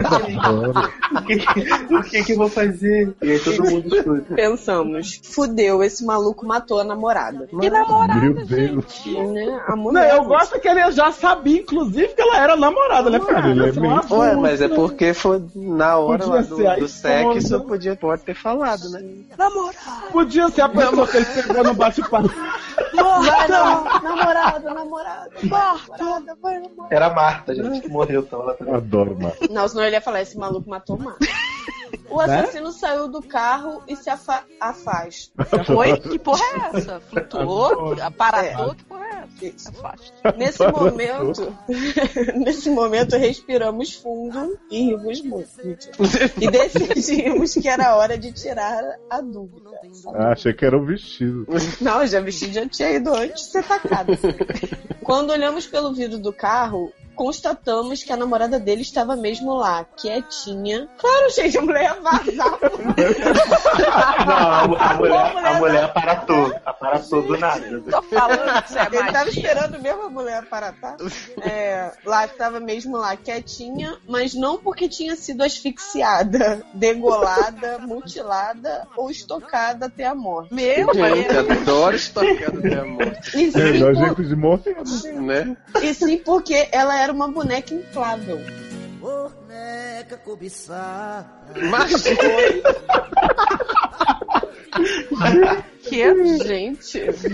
o que, o que que eu vou fazer? E aí todo mundo escuta. Pensamos. Fudeu, esse maluco matou a namorada. E namorada, Meu Deus. E, né, a Não, mulher. eu gosto que ele já sabia, inclusive, que ela era namorada, né? Porque, ah, ele é você é um bem- avô. Ué, mas é porque foi na hora Podia lá ser a do, do sexo, esposa. podia, pode ter falado, né? namorada. Podia ser a pessoa que ele pegou no bate-papo. Vai, não, namorada, namorada. namorada, vai, namorada. Era a Marta, gente, que morreu. Tava lá atrás. Adoro, Mara. Não, senão ele ia falar: esse maluco matou o Marco. O Né? assassino saiu do carro e se afa afasta. Oi? Que porra é essa? Flutuou? Aparatou? Que porra é essa? Isso. Afasta. Nesse momento, nesse momento respiramos fundo e rimos muito. E decidimos que era hora de tirar a dúvida. Ah, achei que era um vestido. Não, eu já vesti, já tinha ido antes de ser tacada. assim. Quando olhamos pelo vidro do carro, constatamos que a namorada dele estava mesmo lá, quietinha. Claro, gente, a mulher ia vazar. Não, a, a Boa, mulher, mulher, a mulher aparatou. Aparatou do nada. Tô falando que isso é Ele tava magia. esperando mesmo a mulher aparatar. É, lá estava mesmo lá quietinha, mas não porque tinha sido asfixiada, degolada, mutilada ou estocada até a morte. Meu Gente, Deus. adoro estocando até a morte, E É o sim, melhor por- jeito de morrer. né? e sim porque ela era uma boneca inflável. Boneca cobiçada. Mas, Que? é? Gente, você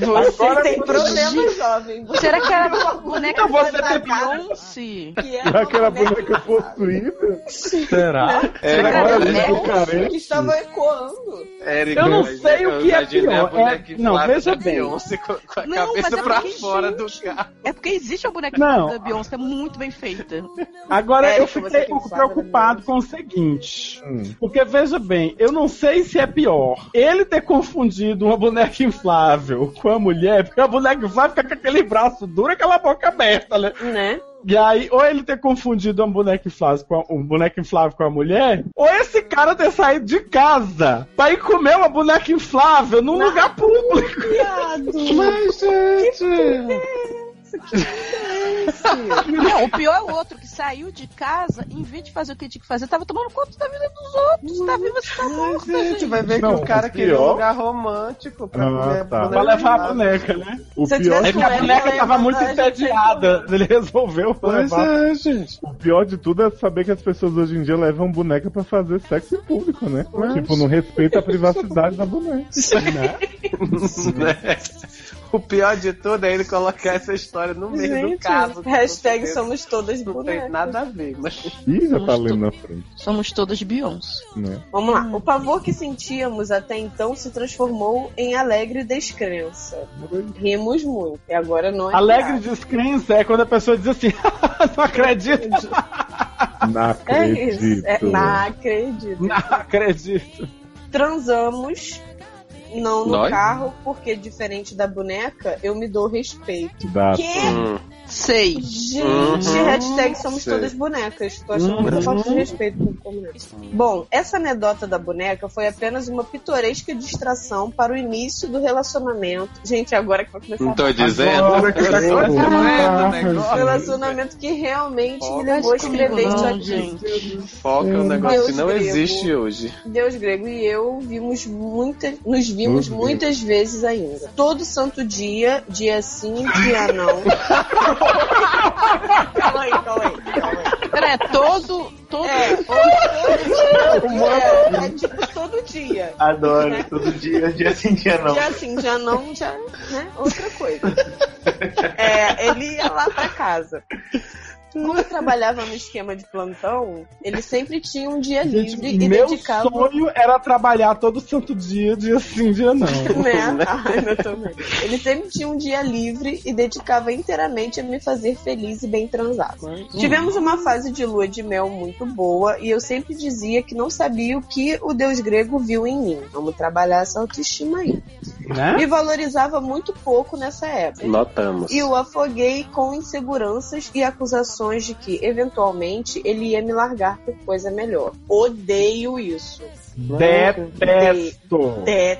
Agora tem eu- problema, jovem. Você é Será que era uma boneca Você da tem- Beyoncé? que era Já uma que era boneca possuída. Será? é, Agora né? eu fico carente. que estava ecoando. eu não sei o que é pior. É- não, veja bem. Beyoncé com, com a Não, mas cabeça é pra porque fora do existe. carro. É porque existe a bonequinha Não. da Beyoncé é muito bem feita. Agora É, eu que você fiquei um que pouco sabe, preocupado com o seguinte. Porque veja bem, eu não sei se é pior ele ter confundido uma boneca inflável com a mulher, porque a boneca inflável fica com aquele braço duro e aquela boca aberta, né? Né? E aí, ou ele ter confundido uma boneca inflável com a, um boneco inflável com a mulher, ou esse cara ter saído de casa pra ir comer uma boneca inflável num lugar público. Mas, gente. Não, o pior é o outro que saiu de casa, em vez de fazer o que tinha que fazer, tava tomando conta da vida dos outros. Tá vivo, você tá louco, Gente, vai ver Não, que o cara o queria um pior- lugar romântico pra Ah, mulher- tá. boneca Pra levar a lá. boneca, né? O Se eu pior, É que a boneca tava muito entediada. Ele resolveu Pois levar. é, gente. O pior de tudo é saber que as pessoas hoje em dia levam boneca pra fazer sexo em público, né? Tipo, não respeita a privacidade da boneca. Né? O pior de tudo é ele colocar essa história no meio do Gente, caso. hashtag Não somos todas tem- Não tem bonecas. nada a ver, mas. Ih, já tá Mas lendo tu- na frente, Somos todas Beyoncé. né? Vamos lá. O pavor que sentíamos até então se transformou em alegre descrença. Rimos muito. E agora não é Alegre piada. descrença é quando a pessoa diz assim, não acredito, Não É acredito. isso. É, não acredito. não acredito. Transamos. Não no Nós? carro, porque diferente da boneca, eu me dou respeito. Dá. Que? Hum, Sei. Gente, Uhum. hashtag somos Sei. Uhum. todas bonecas. Tô achando muita falta de respeito com comunidade. Bom, essa anedota da boneca foi apenas uma pitoresca distração para o início do relacionamento. Gente, agora que vai começar Não a tô dizendo. Agora que tá Não é do falar. negócio. um relacionamento que realmente me levou a Faz comigo escrever isso não, aqui. gente. Foca é um negócio que Deus não grego. existe hoje. Deus grego e eu vimos muitas, nos vimos Nos muitas vezes ainda. Todo santo dia, dia sim, dia não. calma aí, calma aí, calma aí. Pera, é todo. todo... É, ou todo dia, é, tipo todo dia. Adoro, todo dia, dia sim, dia não. Já assim, já não, já, né? Outra coisa. É, ele ia lá pra casa. Como eu trabalhava no esquema de plantão, ele sempre tinha um dia livre Gente, e meu dedicava. sonho era trabalhar todo santo dia, dia sim, dia não. Né? Ai, meu também. Ele sempre tinha um dia livre e dedicava inteiramente a me fazer feliz e bem transado. Tivemos uma fase de lua de mel muito boa e eu sempre dizia que não sabia o que o deus grego viu em mim. Vamos trabalhar essa autoestima aí. Né? Me valorizava muito pouco nessa época. Notamos. E o afoguei com inseguranças e acusações de que, eventualmente, ele ia me largar por coisa melhor. Odeio isso. Detesto. Detec.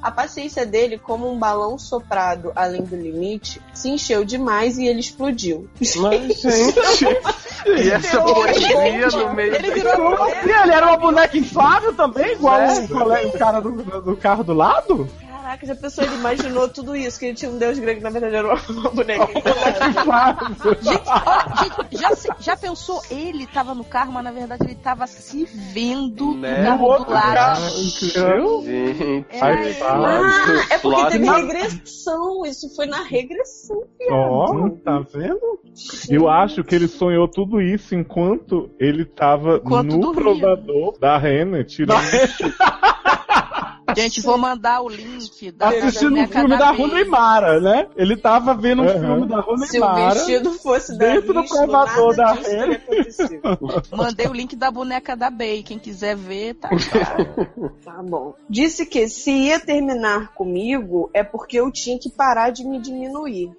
A paciência dele, como um balão soprado além do limite, se encheu demais e ele explodiu. Mas, gente. e essa poesia no meio Ele do. virou Como assim? Ele era uma boneca inflável também, igual É. o, colega, o cara do, do carro do lado? Caraca, já pensou, ele imaginou tudo isso, que ele tinha um deus grego, na verdade era uma boneca. Inflável. Gente, ó, gente, já, se- já pensou? Ele tava no carro, mas na verdade ele tava se vendo Né? no carro do Outro lado. Eu? Gente. Ai, fala. Ah, é porque Flora. teve regressão, isso foi na regressão. Ó, tá vendo? Eu acho que ele sonhou tudo isso enquanto ele tava Enquanto no dormia. provador da Renner, tirando Gente, vou mandar o link da Assistindo um boneca filme da Barbie. Runa Imara, né? Ele tava vendo um Aham. filme da Runa Se o Imara. vestido fosse da dentro do Vishnu, provador nada da disso teria acontecido. Mandei o link da boneca da Bey. Quem quiser ver, tá. Tá bom. Disse que se ia terminar comigo é porque eu tinha que parar de me diminuir.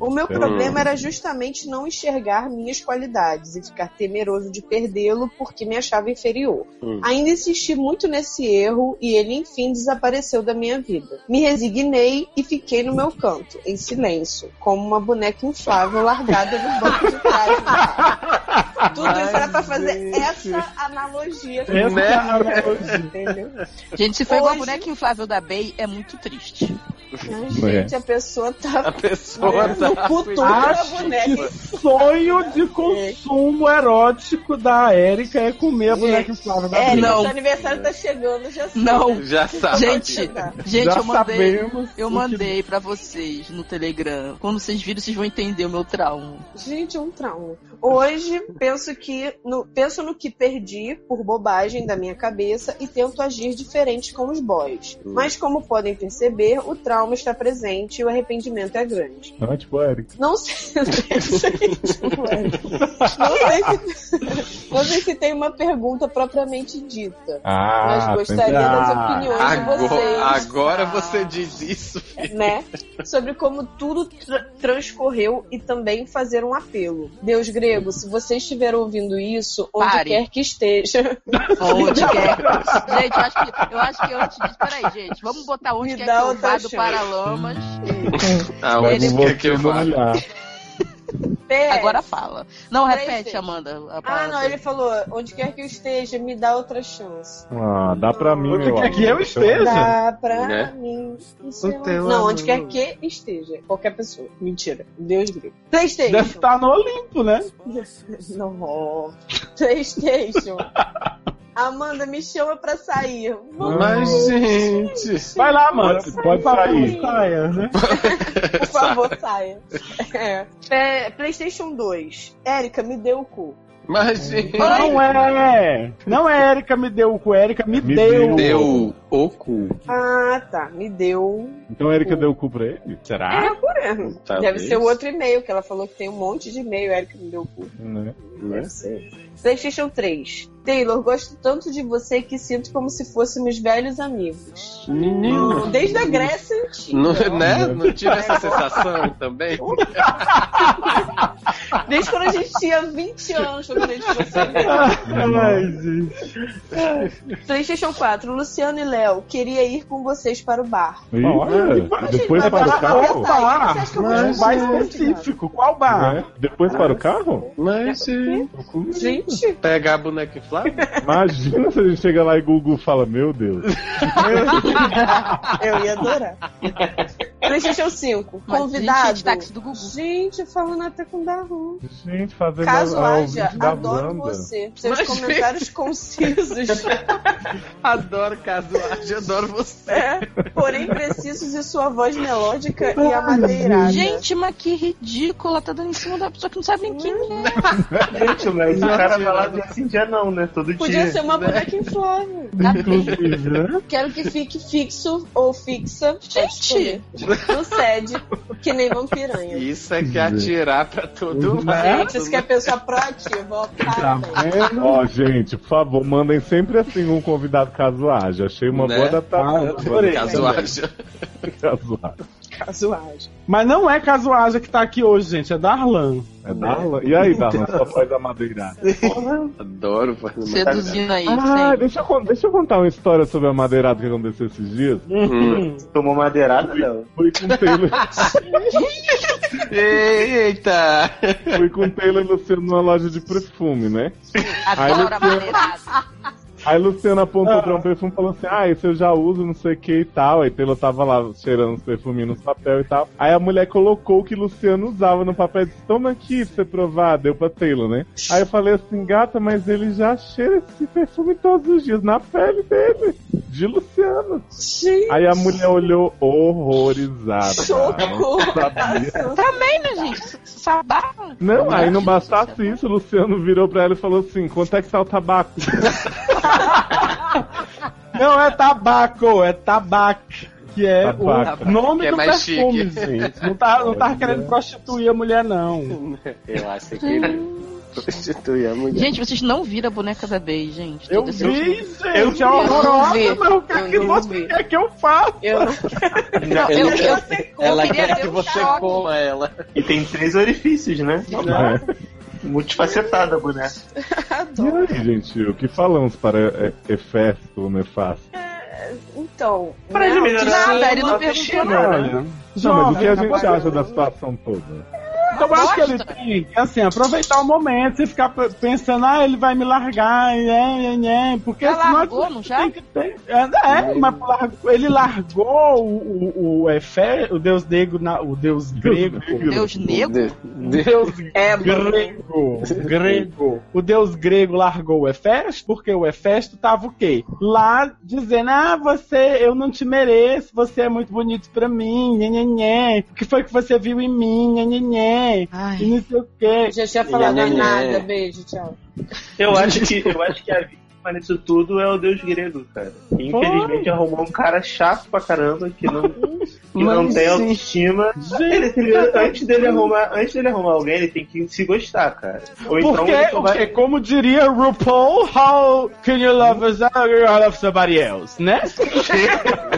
O meu Hum. problema era justamente não enxergar minhas qualidades e ficar temeroso de perdê-lo porque me achava inferior. Hum. Ainda insisti muito nesse erro e ele enfim desapareceu da minha vida. Me resignei e fiquei no meu canto, em silêncio, como uma boneca inflável largada no banco de trás. do carro. Tudo isso era pra fazer essa analogia. Essa é a analogia. Entendeu? Gente, se foi igual a Hoje- boneca inflável da Bey, é muito triste. Não, É. gente, a pessoa A tá pessoa no tá. futuro da Acho boneca. que um sonho de consumo erótico da Érica é comer a boneca inflável da É, Bia. não. Não. Seu aniversário tá chegando, já sei. Não. Já Ah, sabe. Gente, gente, Já eu mandei. sabemos. Eu o que- mandei pra vocês no Telegram. Quando vocês viram, vocês vão entender o meu trauma. Gente, é um trauma. Hoje penso que no, penso no que perdi por bobagem da minha cabeça e tento agir diferente com os boys. Mas como podem perceber, o trauma está presente e o arrependimento é grande. Não é tipo Eric. Não sei, é não sei- não sei se tem uma pergunta propriamente dita, Ah, mas gostaria pensei- das Ah, opiniões de vocês. Ah. Agora, agora você diz isso. né? Sobre como tudo tra- transcorreu e também fazer um apelo. Deus grego, se você estiver ouvindo isso, onde Pare. quer que esteja, Onde quer. Gente, eu acho que eu, acho que eu antes disso. Peraí, gente. Vamos botar onde Me quer que dá é eu outra vá do chance. Paralamas. Aonde quer que eu vá? PS. Agora fala. Não, É. Três repete, vezes. Amanda. a Ah, palavra não, dele. ele falou, onde quer que eu esteja, me dá outra chance. Ah, dá pra mim, Onde meu quer é que eu esteja? Dá pra Né? mim. o seu- teu Não, onde quer amor. que esteja. Qualquer pessoa. Mentira. Deus grego. Deve Playstation. estar no Olimpo, né? Não. Playstation. Amanda, me chama pra sair. Vamos, Mas, gente. Vai lá, mano. Pode- pode sair. Saia, né? Por favor, saia. É. É, PlayStation 2. Érica, me deu o cu. Mas, gente. Não é! Não é Erika me deu o cu, Erika me, Me deu. Deu o cu. Ah, tá. Me deu. Então a Erika deu o cu pra ele? É, Ah, Será? por ano. Tá Deve ser o outro e-mail, que ela falou que tem um monte de e-mail, Érica me deu o cu. Né? Deve ser. PlayStation 3. Taylor, gosto tanto de você que sinto como se fôssemos velhos amigos. Menino. Desde a Grécia antiga. Não, né? Não tira essa sensação também? Desde quando a gente tinha 20 anos, quando a gente você veio. Ai, gente. PlayStation 4. Luciano e Léo, queria ir com vocês para o bar. Ih, Olha, é. depois vai para o pra- carro? vai pra- Opa! Você acha que eu vou Um bar específico. Qual bar? Né? Depois para o carro? Mas, gente. O cu? Gente, Pegar a boneca inflável? Imagina se a gente chega lá e Gugu fala, meu Deus. Eu ia adorar. tá PlayStation 5. Mas, Convidado. Gente, táxi do Gugu. Gente, falando até com Daru. Gente, fazendo Caso a- a haja, ouvinte da adoro Wanda. você. Seus Mas, comentários concisos, Adoro casuagem, adoro você. é, porém precisos e sua voz melódica e amadeirada. Gente, mas que ridícula. Tá dando em cima da pessoa que não sabe nem quem é. Gente, mas o cara falava assim dia não, né? Todo podia dia. ser uma boneca inflável. Inclusive, né? Uhum. Quero que fique fixo ou fixa. Gente. No sede, que nem vampiranha. Isso é que é atirar pra todo lado. né? Gente, isso que é pessoa proativa, ó, Tá parabéns. vendo? Ó, gente, por favor, mandem sempre assim um convidado casuagem. Achei uma Né? boa adaptação. Ah, adorei. Casuagem. Casuagem. Casuagem. Mas não é Casuaja que tá aqui hoje, gente. É Darlan. É Darlan? E aí, Darlan, sua voz amadeirada? Adoro é. fazer uma Seduzindo aí. Ah, sempre. deixa eu, con- deixa eu contar uma história sobre a madeirada que aconteceu esses dias. Hum. Tomou madeirada, Léo? Fui com o Taylor, Eita! fui com o Taylor e Luciano numa loja de perfume, né? Adoro a maneirada. Aí Luciano apontou pra um perfume e falou assim: Ah, esse eu já uso, não sei o que e tal. Aí Taylor tava lá cheirando os perfumes nos papel e tal. Aí a mulher colocou o que Luciano usava no papel e disse: Toma aqui pra você provar. Deu pra Taylor, né? Aí eu falei assim: Gata, mas ele já cheira esse perfume todos os dias na pele dele, de Luciano. Gente. Aí a mulher olhou horrorizada. Socorro. Também, né, gente? Sabá. Não, é aí não bastasse isso, o Luciano virou pra ela e falou assim: Quanto é que tá o tabaco? Não é tabaco, é tabac. Que é Tabaco. o nome Que é do mais perfume, chique. gente. Não tá, não tá querendo prostituir a mulher, não. Eu acho que ele prostitui a mulher. Gente, vocês não viram a boneca da Bey, gente. Eu Todo esse- vi, gente, é não horrorosa, vi. mas o que, é Eu que não você vi. quer que eu faça? Eu não Não, eu, eu, eu, Ela queria quer ver que um você choque. coma ela. E tem três orifícios, né? Multifacetada a boneca. E adoro. aí, gente, o que falamos para E- Hefesto, Nefasto? Então. Pra não, ele melhorar de Nada, jeito ele não Uma perguntou piscina, nada. né? Olha, Não, mas o que a jovem, gente tá acha da situação toda? Então eu acho que ele Gosta? tem que, assim, aproveitar o momento e ficar pe- pensando, ah, ele vai me largar, e é, e é, e é, porque Já senão largou, não já? tem que ter. É, é, mas largou- ele largou o, o, o Efé, o deus grego, na- o deus grego. Deus negro? Deus. É, Grego, grego. O deus grego largou o Hefesto, porque o Hefesto tava o quê? Lá dizendo, ah, você, eu não te mereço, você é muito bonito pra mim, nhenhenhé, o que foi que você viu em mim, nhenhenhé, neném, e não sei o quê. Já tinha falado mais nada, beijo, tchau. Eu acho que, eu acho que a vítima nisso tudo é o deus grego, cara. Que, Infelizmente arrumou um cara chato pra caramba que não, que não tem Mas, gente. tá autoestima. Ele, primeiro, antes, dele arrumar, antes dele arrumar alguém, ele tem que se gostar, cara. Ou então Porque, ele só vai. porque, como diria RuPaul, how can you love us how you love somebody else, né?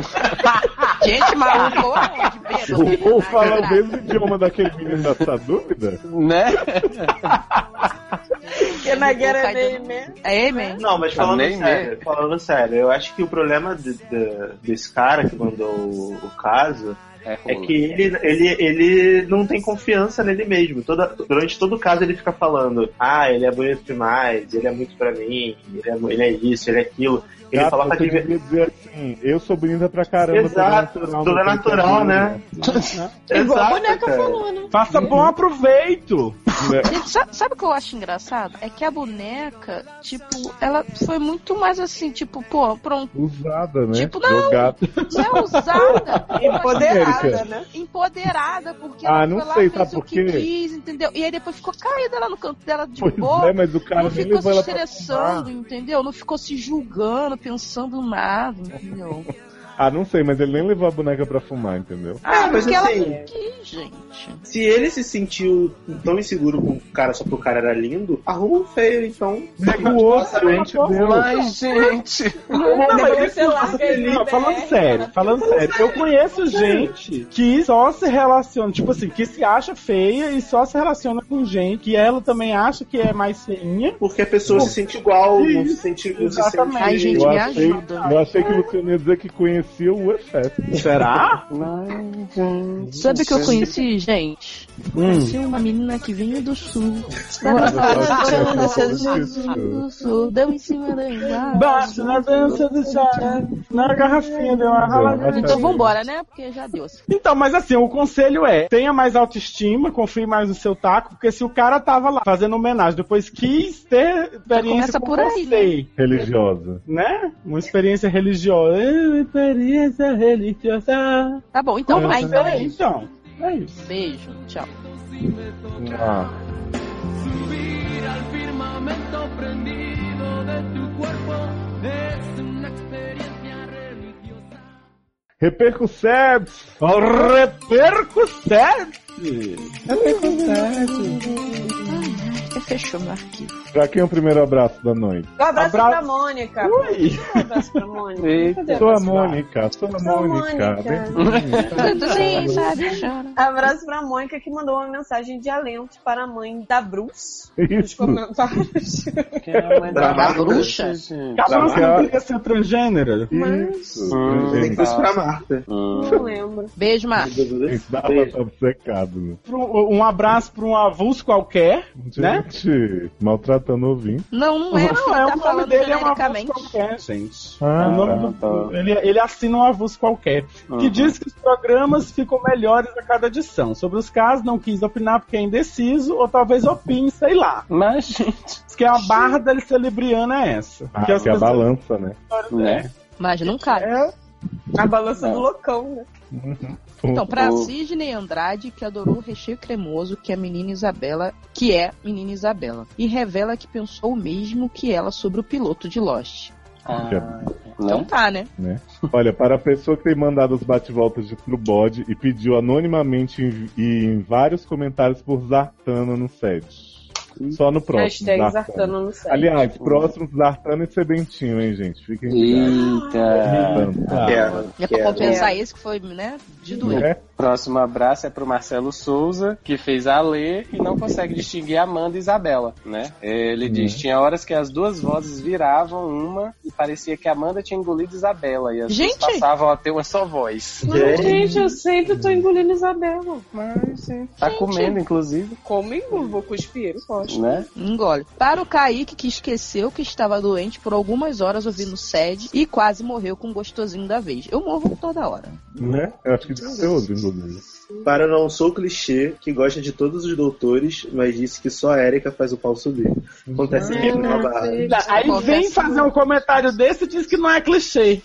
Gente, maluco, aonde? O é Paul fala o mesmo idioma daquele menino tá, da sua dúvida? Né? Porque na guerra dele mesmo. É, man. Não, mas falando nem sério, falando sério, eu acho que o problema de- de- desse cara que mandou o, o caso é, que ele, ele, ele não tem confiança nele mesmo. Toda, durante todo o caso ele fica falando, ah, ele é bonito demais, ele é muito pra mim, ele é, mu- ele é isso, ele é aquilo. Ele Gata, fala pra você adver- devia dizer assim, eu sou bonita pra caramba. Exato, tudo é natural, né? Igual a Exato, boneca cara. falou, né? Faça bom aproveito. Gente, sa- sabe o que eu acho engraçado? É que a boneca, tipo, ela foi muito mais assim, tipo, pô, pronto, Usada, né? Tipo, não. Jogada. não é usada. América. Empoderada, né? Empoderada, porque Ah, ela não foi lá, sei, fez sabe o por que quê? quis, entendeu? E aí depois ficou caída lá no canto dela de Pois boa. é, mas o cara não nem ficou levou se ela pra estressando, entendeu? Não ficou se julgando, pensando nada, entendeu? Ah, não sei, mas ele nem levou a boneca pra fumar, entendeu? Ah, mas porque assim- ela não quis, gente. Se ele se sentiu tão inseguro com o cara só porque o cara era lindo, arruma um feio, então. O outro, Basicamente, Mas, gente. Não, Depois mas você é isso- larga aí né? Um não, no BR, falando cara. sério, falando sério, eu conheço gente que só se relaciona, tipo assim, que se acha feia e só se relaciona com gente que ela também acha que é mais né? feinha. Porque a pessoa se sente igual, não se sente. Não se sente... Exatamente. Ai, gente, eu me achei, ajuda. eu achei que o Luciano ia dizer que conhecia o UFF. Será? Mas, gente. Sabe Hum. o que eu conheci, gente? Conheci uma menina que vinha do sul. Ela Nossa, dançando nossa, essas nossa. músicas do sul, deu em cima da embaixo. Bate na dança do chá, na garrafinha de uma raladinha. Então vambora, né? Porque já deu. Então, mas assim, o conselho é: tenha mais autoestima, confie mais no seu taco, porque se o cara tava lá fazendo homenagem, depois quis ter experiência começa com por aí, você, Religiosa. né? Uma experiência religiosa. É, uma Experiência religiosa. Tá bom, então Uhum. vai, então é isso. Então, é isso. Beijo, tchau. Ah, repercussete! Repercussete! Você fechou meu arquivo. Pra quem é o primeiro abraço da noite? Um abraço Abra- pra Mônica. Ui! Um abraço pra Mônica. Eita. Sou a Mônica, sou a Sou a Mônica. Mônica. Vem Tudo sim, sabe? Chora. Abraço pra Mônica que mandou uma mensagem de alento para a mãe da Bruce. Nos Isso. comentários. é Pra bruxa? Gente. Acabou um que Tá. não queria ser transgênero. Mas Hum, Tem que fosse pra Marta. não lembro. Beijo, Marcos. Isso dava pra tá obcecado. né? Pro- Um abraço pra um avulso qualquer, né? Gente, maltratando o ouvinte. Não, não é. Não, você é tá o nome falando dele é um avulso genericamente. qualquer, gente. Ah, É o nome tá, do- tá. ele, ele assina um avulso qualquer. Que Uhum. diz que os programas ficam melhores a cada edição. Sobre os casos, não quis opinar porque é indeciso, ou talvez opine, sei lá. Mas, gente. Diz que é a barra da celebriana é essa. Ah, que as que a pessoas- balança, né? Né? Mas não cai. A balança Não. do loucão, né? Então, pra Uhum. Sidney Andrade, que adorou o recheio cremoso que a menina Isabela, que é menina Isabela, e revela que pensou o mesmo que ela sobre o piloto de Lost. Ah, é Então né? tá, né? Olha, para a pessoa que tem mandado os bate-voltas de pro bode e pediu anonimamente em- e em vários comentários por Zartana no set. Só no próximo. Hashtag Zartana no site. Aliás, próximos Zartana e Sebentinho, hein, gente? Fiquem ligados. Eita. Zartana. Quero, E é pra quero. compensar esse que foi, né? De doer. É? Próximo abraço é pro Marcelo Souza, que fez a lê e não consegue distinguir Amanda e Isabela, né? Ele diz: tinha horas que as duas vozes viravam uma e parecia que Amanda tinha engolido Isabela e as Gente! duas passavam a ter uma só voz. Mas, gente, eu sempre tô engolindo Isabela. Mas, gente, tá comendo, inclusive, Como engulo? Vou cuspir, posso. né? Engole. Para o Kaique, que esqueceu que estava doente por algumas horas ouvindo sede e quase morreu com o gostosinho da vez. Eu morro toda hora. Né? Eu acho que deve ser outro, inclusive. Para eu não sou clichê, que gosta de todos os doutores, mas disse que só a Erika faz o pau subir. Acontece sempre na barra. Aí vem fazer um comentário desse e diz que não é clichê.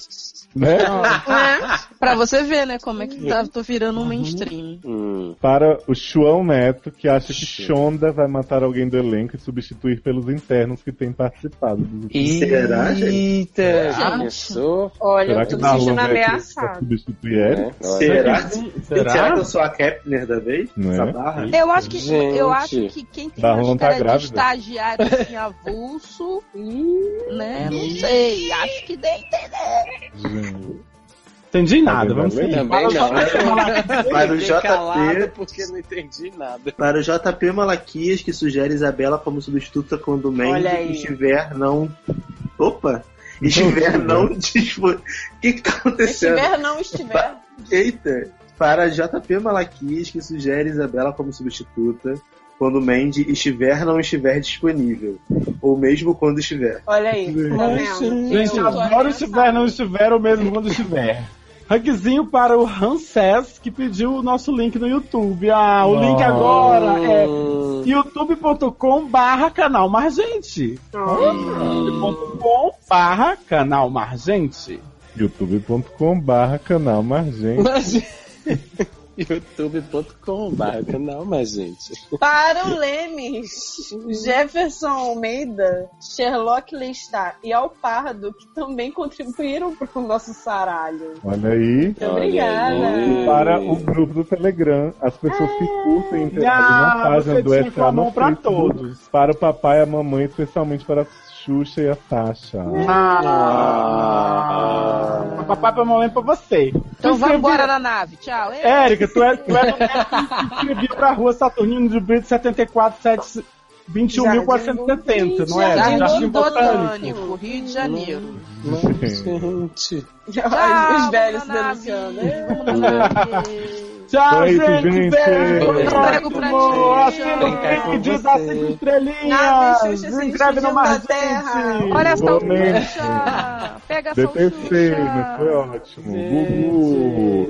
Né? Né? Pra Pra você ver, né, como é que tá, tô virando um mainstream. Hum, Para o João Neto, que acha que Shonda vai matar alguém do elenco e substituir pelos internos que têm participado. Do... Será, gente? Eita, Ah, já pensou? Olha, eu tô me sentindo ameaçada. substituir né? Eric? Será? Será? que eu sou a Kepner da vez? Não é? Essa barra? Eu acho que Gente. eu acho que quem tem Barro uma não tá história de grávida. estagiário assim, avulso, né? Não sei. Acho que dei entender. Entendi nada, Alguém vamos tá vai seguir. Também Fala só- não. Para o JP. calado porque não entendi nada. Para o JP Malaquias, que sugere Isabela como substituta quando o Olha Mendes aí. estiver não. Opa! Estiver não disponível. O que que tá Se acontecendo? tiver, não estiver. Eita! Para JP Malaquias, que sugere Isabela como substituta quando o Mandy estiver não estiver disponível. Ou mesmo quando estiver. Olha aí, tá vendo? Gente, Eu tô adoro estiver, não estiver, ou mesmo quando estiver. Rankzinho para o Ramsés, que pediu o nosso link no YouTube. Ah, o link agora é Hum, youtube.com barra canal Margente. youtube.com barra canal Margente. youtube.com barra canal Margem. youtube.com canal, mas gente. tipo. Para o Lemes, Jefferson Almeida, Sherlock Lestat e Alpardo, que também contribuíram para o nosso saralho. Olha aí. Muito obrigada. E para o grupo do Telegram, as pessoas que curtem e interagem na Ah, página você do tinha FK com a mão no pra Facebook, todos. Para o papai e a mamãe, especialmente para a Xuxa e a Sasha. Ah, papai pra mamãe pra você. Então Você vamos embora vira- na nave. Tchau. Ei. Érica, tu é, tu é do escrevia pra rua Saturnino de Brito 74, 7, 21.470, não é? Jardim, Jardim Botânico. Botânico, Rio de Janeiro. Gente. Os velhos vamos se na nave. denunciando. né? Tchau, Foi isso, gente. gente. Beijo. Beijo. Próximo. Beijo. Assina o Beijo. vídeo diz as cinco Nada, estrelinhas. Xuxa, Se se inscreve despedindo no da Margente. terra. Olha essa Comente. Xuxa. Pega essa Detestei, mas foi Xuxa. ótimo. Gugu.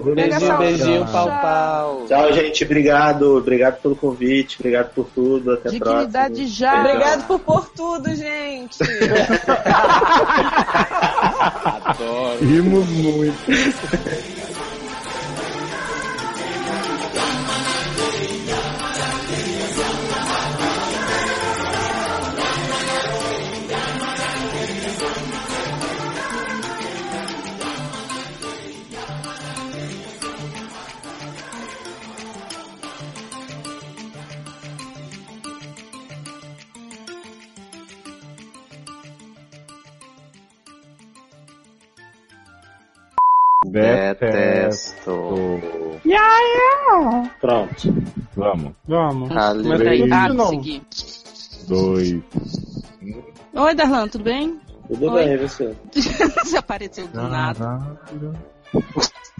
Pega Beijinho, essa beijinho, Xuxa. pau, pau. Tchau, gente. Obrigado. Obrigado pelo convite. Obrigado por tudo. Até a próxima. Dignidade já. Obrigado por pôr tudo, gente. Adoro. Rimos muito. Detesto. Pronto. Vamos. Vamos. Valeu. Peraí, Beijo. ah, De novo. consegui. Dois. Oi, Darlan, tudo bem? Tudo Oi. bem, você? Desapareceu Ah. do nada.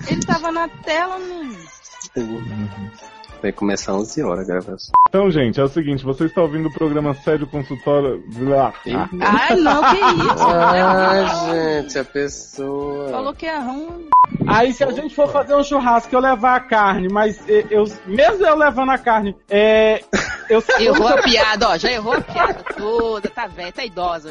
Ele tava na tela, menino. Vai começar 11 horas a gravação. Então, gente, é o seguinte, você está ouvindo o programa Sério Consultório. Blá. Ah, não, que isso. Ai, Ah, gente, a pessoa. Falou que é ruim. Aí se a gente for fazer um churrasco, eu levar a carne, mas e- eu, mesmo eu levando a carne, é, eu, Errou a piada, ó. Já errou a piada toda. Tá velha, tá idosa.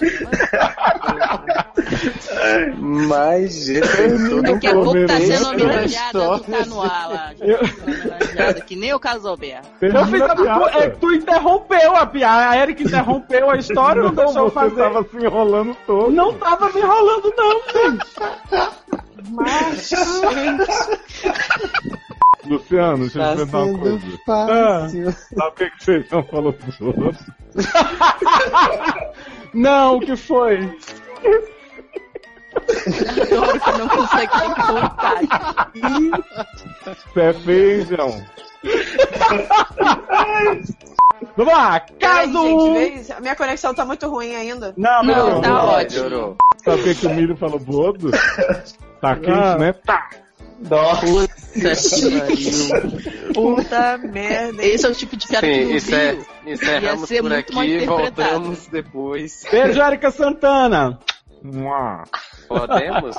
Mas, gente, eu Daqui a pouco tá sendo Essa é a homenageada do história. Tá No Ar lá. Já tá sendo homenageada, que nem o Carlos Alberto. eu fiz a, tu, é, piada. que tu interrompeu a piada, a Erika interrompeu a história, não deixou eu Então, você fazer. tava se enrolando todo. Não tá tava me enrolando não, gente. Luciano, deixa eu Tá te perguntar uma sendo coisa. Ah, fácil. Sabe o que, que vocês não falam dos outros? Não, o que foi? Adoro que não consegue contar. Pé é feijão. Vamos lá, Peraí, caso... um. gente, vê isso. A minha conexão tá muito ruim ainda. Não, Não, não, tá Ai, ótimo. Jorô. Sabe o que, que o milho falou pro outro? Tá quente, Ah. né? Tá. Tá Puta merda. Esse é o tipo de piada que Sim, não isso é, viu. encerramos ser por muito mal aqui e interpretado. voltamos depois. Beijo, Erika Santana. Mua. Podemos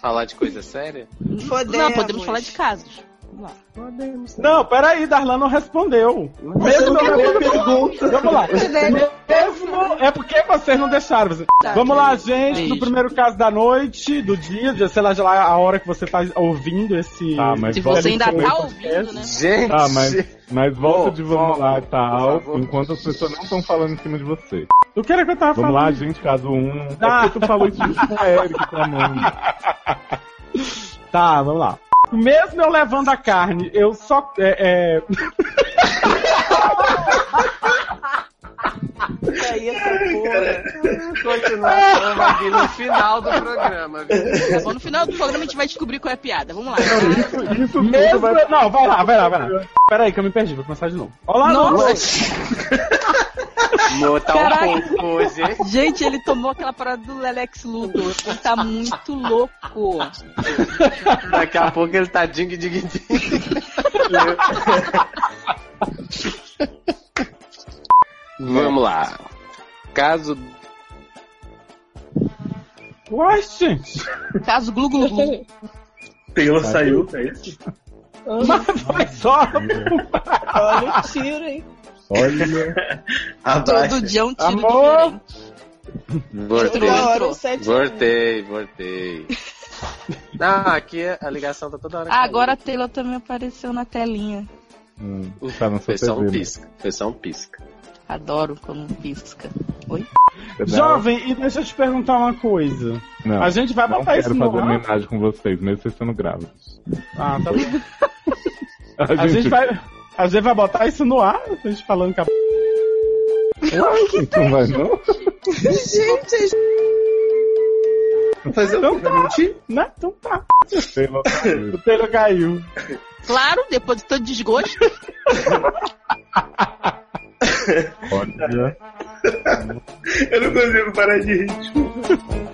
falar de coisa séria? Podemos. Não, podemos falar de casos. Vamos lá. Podemos. Não, peraí, Darlan não respondeu. Mesmo não eu respondeu. pergunta. Vamos lá. Ah, Mesmo- É porque vocês não deixaram. você- Tá, Vamos lá, beleza. gente, no Beijo. primeiro caso da noite, do dia, de- sei lá, sei lá, a hora que você tá ouvindo esse. Tá, mas Se você ainda tá ouvindo, né? Gente! Ah, Tá, mas, mas volta Bom, de vamos lá e por tal, favor. enquanto as pessoas não estão falando em cima de você. O que era que eu tava Vamos falando? lá, gente, caso 1. Um, Tá. É porque tu falou isso com o Eric pra mim. Tá, vamos lá. Mesmo eu levando a carne, eu só. É, é... Aí essa porra. Continuação vai vir no final do programa, viu? Tá bom, no final do programa a gente vai descobrir qual é a piada. Vamos lá. Mesmo. Não, vai lá, vai lá, vai lá. Peraí, que eu me perdi, vou começar de novo. Olá, Nossa. Mô, tá um Caraca. pouco hoje, hein? Gente, ele tomou aquela parada do Lelex Luthor. Ele tá muito louco. Daqui a pouco ele tá ding ding ding. Vamos lá. Caso. Uai, gente. Caso Tá glu glu glu. Taylor saiu, é isso? Mas foi só. Olha o tiro, hein? Olha. Abaixa. Todo dia um tiro Amor. Voltei. Toda hora um sete Voltei, voltei. Não, aqui a ligação tá toda hora. Ah, agora a Taylor também apareceu na telinha. Hum, tá na sua Foi só um TV, né? pisca. Foi só um pisca. Adoro quando pisca. Oi? Jovem, e deixa eu te perguntar uma coisa. Não, a gente vai não botar isso quero no fazer ar? homenagem com vocês, mesmo vocês sendo grávidos. Ah, tá bom. A gente vai. A gente vai botar isso no ar, a gente falando que a. Não vai, não? Gente, Fazer Então o quê? tá, Mentir? né? Então tá. Sei lá. O Taylor caiu. Claro, depois de todo desgosto. Olha. né? Eu não consigo parar de rir. desculpa.